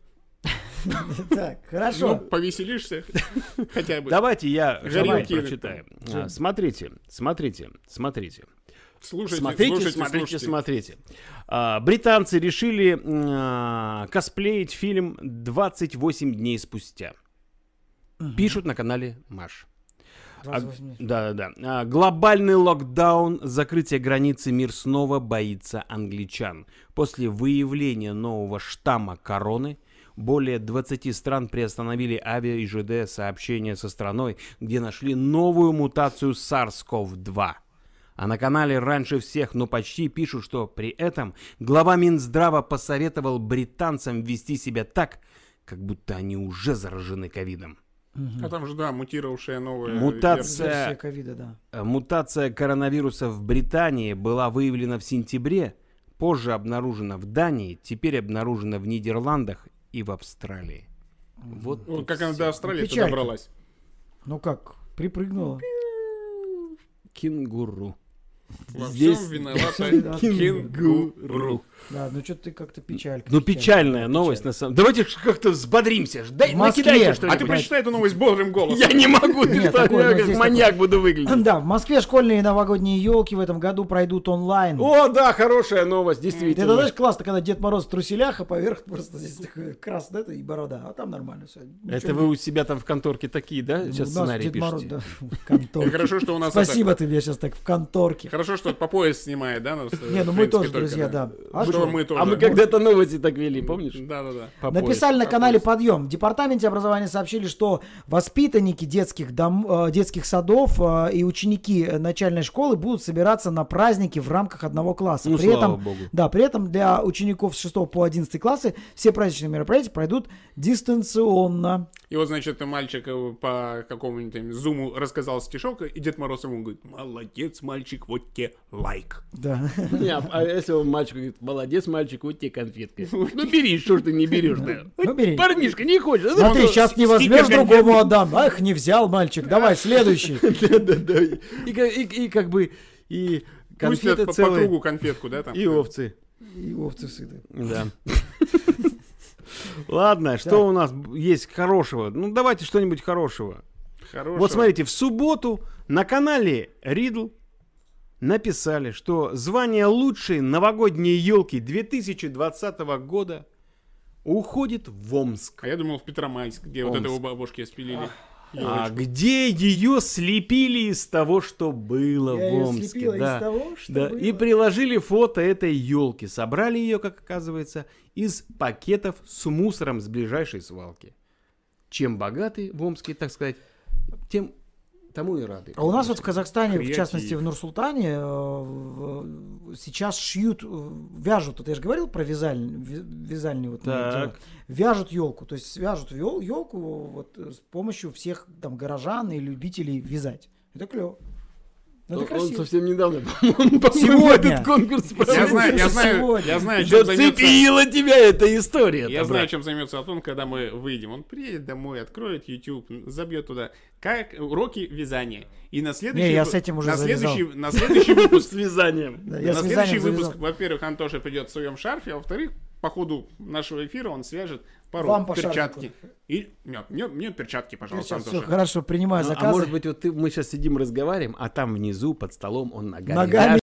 [SPEAKER 3] Так,
[SPEAKER 2] Ну,
[SPEAKER 3] хорошо.
[SPEAKER 2] повеселишься хотя бы.
[SPEAKER 1] Давайте я Давай.
[SPEAKER 2] Давай.
[SPEAKER 1] прочитаю. А, Смотрите, смотрите, смотрите.
[SPEAKER 2] Слушайте,
[SPEAKER 1] Смотрите,
[SPEAKER 2] слушайте,
[SPEAKER 1] смотрите,
[SPEAKER 2] слушайте.
[SPEAKER 1] смотрите. А, британцы решили м, а, косплеить фильм 28 дней спустя. Пишут на канале Маш. А,
[SPEAKER 3] 28 минут.
[SPEAKER 1] да, да, да. А, глобальный локдаун, закрытие границы мир снова боится англичан. После выявления нового штамма короны более 20 стран приостановили авиа и ЖД сообщения со страной, где нашли новую мутацию SARS-CoV-2. А на канале раньше всех, но почти пишут, что при этом глава Минздрава посоветовал британцам вести себя так, как будто они уже заражены ковидом.
[SPEAKER 2] А там же, да, мутировавшая новая
[SPEAKER 1] Мутация.
[SPEAKER 3] Версия ковида, да.
[SPEAKER 1] Э, Мутация коронавируса в Британии была выявлена в сентябре, позже обнаружена в Дании, теперь обнаружена в Нидерландах и в Австралии. Вот
[SPEAKER 2] версия.
[SPEAKER 1] и
[SPEAKER 2] О, Ну, Как она
[SPEAKER 1] всё.
[SPEAKER 2] до Австралии
[SPEAKER 3] Печалька.
[SPEAKER 2] добралась.
[SPEAKER 3] Ну как,
[SPEAKER 1] Ну,
[SPEAKER 3] припрыгнула.
[SPEAKER 1] Кенгуру.
[SPEAKER 2] Во
[SPEAKER 1] Здесь-
[SPEAKER 2] всем виновата
[SPEAKER 3] Да.
[SPEAKER 2] кенгуру.
[SPEAKER 3] Да, ну что-то ты как-то печалька.
[SPEAKER 1] Ну, печальная новость, на самом Давайте ж как-то взбодримся. ж. Дай,
[SPEAKER 3] В Москве.
[SPEAKER 1] накидайте
[SPEAKER 2] А
[SPEAKER 1] что-нибудь.
[SPEAKER 2] ты прочитай эту новость бодрым голосом.
[SPEAKER 1] Я не могу, ты
[SPEAKER 3] Нет,
[SPEAKER 1] что,
[SPEAKER 3] такое,
[SPEAKER 1] я
[SPEAKER 3] ну,
[SPEAKER 1] как
[SPEAKER 3] здесь
[SPEAKER 1] маньяк буду выглядеть.
[SPEAKER 3] Да, в Москве школьные новогодние елки в этом году пройдут онлайн.
[SPEAKER 1] О, да, хорошая новость,
[SPEAKER 3] Это,
[SPEAKER 1] действительно.
[SPEAKER 3] знаешь, классно, когда Дед Мороз в труселях, а поверх просто здесь такое красное это и борода. А там нормально все.
[SPEAKER 1] Это вы у себя там в конторке такие, да? Сейчас сценарий пишете.
[SPEAKER 3] да, в конторке.
[SPEAKER 2] Хорошо, что у нас это-
[SPEAKER 3] Спасибо ты мне сейчас так в конторке.
[SPEAKER 2] Хорошо, что по пояс снимает, да? нас, э,
[SPEAKER 3] Не, ну
[SPEAKER 2] в
[SPEAKER 3] мы
[SPEAKER 2] принципе,
[SPEAKER 3] тоже
[SPEAKER 2] только,
[SPEAKER 3] друзья, да. А
[SPEAKER 2] Что
[SPEAKER 3] что?
[SPEAKER 2] мы тоже.
[SPEAKER 1] А мы когда-то новости так вели, помнишь?
[SPEAKER 2] Да, да, да.
[SPEAKER 1] По
[SPEAKER 3] Написали на
[SPEAKER 2] По
[SPEAKER 3] канале
[SPEAKER 2] пояс.
[SPEAKER 3] Подъем. В департаменте образования сообщили, что воспитанники детских, дом, э, детских садов э, и ученики э, начальной школы будут собираться на праздники в рамках одного класса.
[SPEAKER 1] Ну,
[SPEAKER 3] при
[SPEAKER 1] слава
[SPEAKER 3] этом,
[SPEAKER 1] богу.
[SPEAKER 3] Да, при этом для учеников с 6 по 11 классы все праздничные мероприятия пройдут дистанционно.
[SPEAKER 2] И вот, значит, мальчик э, по какому-нибудь там зуму рассказал стишок, и Дед Мороз ему говорит, молодец, мальчик, вот те лайк.
[SPEAKER 3] Да.
[SPEAKER 1] пояс. Не, а- а если он мальчик говорит, молодец, мальчик, вот тебе конфетка. Ну бери, что ж ты не берешь то
[SPEAKER 3] Ну, бери.
[SPEAKER 1] Парнишка, не хочешь? Ну,
[SPEAKER 3] Смотри,
[SPEAKER 1] ну,
[SPEAKER 3] сейчас не возьмешь, другому отдам. Ах, не взял мальчик. Давай, следующий.
[SPEAKER 1] Да-да-да. И ка- И и как бы, и
[SPEAKER 2] Пустят
[SPEAKER 1] конфеты
[SPEAKER 2] по, по
[SPEAKER 1] целые,
[SPEAKER 2] кругу конфетку, да, там.
[SPEAKER 1] и овцы.
[SPEAKER 3] И овцы сыты.
[SPEAKER 1] Да. Ладно, что у нас б- есть хорошего? Ну, давайте что-нибудь хорошего.
[SPEAKER 2] Хорошего.
[SPEAKER 1] Вот смотрите, в субботу на канале Ридл написали, что звание лучшей новогодней елки 2020 года уходит в Омск.
[SPEAKER 2] А я думал в Петромайск, где вот
[SPEAKER 1] Омск.
[SPEAKER 2] этого бабушки спилили.
[SPEAKER 1] А где ее слепили из того, что было в
[SPEAKER 3] Я её
[SPEAKER 1] Омске.
[SPEAKER 3] слепила из
[SPEAKER 1] да.
[SPEAKER 3] того, что
[SPEAKER 1] Да,
[SPEAKER 3] было.
[SPEAKER 1] И приложили фото этой елки. Собрали ее, как оказывается, из пакетов с мусором с ближайшей свалки. Чем богаты в Омске, так сказать, тем тому и рады.
[SPEAKER 3] А у нас вот в Казахстане, в
[SPEAKER 2] Креатив.
[SPEAKER 3] частности в Нурсултане, э, в- сейчас шьют, э, вяжут. Вот я же говорил про вязальни, ви- вязальни вот мои
[SPEAKER 1] Так.
[SPEAKER 3] дела. вяжут елку, то есть вяжут елку вот э, с помощью всех там горожан и любителей вязать. Это клево. Ну,
[SPEAKER 1] Он-
[SPEAKER 3] это
[SPEAKER 1] Он
[SPEAKER 3] красиво.
[SPEAKER 1] совсем недавно, по-моему, по-моему,
[SPEAKER 3] Сегодня.
[SPEAKER 1] этот конкурс
[SPEAKER 2] Я знаю, я
[SPEAKER 3] Слушай,
[SPEAKER 2] знаю,
[SPEAKER 3] сегодня.
[SPEAKER 2] я знаю, чем займется...
[SPEAKER 1] Зацепила тебя эта история.
[SPEAKER 2] Я знаю, чем займется Антон, когда мы выйдем. Он приедет домой, откроет YouTube, забьет туда. Как уроки вязания. И на следующий
[SPEAKER 3] я
[SPEAKER 2] вып-
[SPEAKER 3] с этим уже
[SPEAKER 2] на
[SPEAKER 3] завязал.
[SPEAKER 2] следующий, на следующий выпуск.
[SPEAKER 1] с вязанием.
[SPEAKER 3] Да, я
[SPEAKER 2] на
[SPEAKER 3] с
[SPEAKER 2] следующий
[SPEAKER 3] вязанием завязал.
[SPEAKER 2] выпуск, во-первых, Антоша придет в своем шарфе, а во-вторых, по ходу нашего эфира он свяжет пару
[SPEAKER 3] Вам по
[SPEAKER 2] перчатки.
[SPEAKER 3] шарфику.
[SPEAKER 2] И нет, мне, мне перчатки, пожалуйста,
[SPEAKER 3] Сейчас все
[SPEAKER 2] Антоша.
[SPEAKER 3] хорошо, принимаю
[SPEAKER 1] А
[SPEAKER 3] заказы.
[SPEAKER 1] может быть, вот ты, мы сейчас сидим, разговариваем, а там внизу под столом он ногами,
[SPEAKER 3] Ногами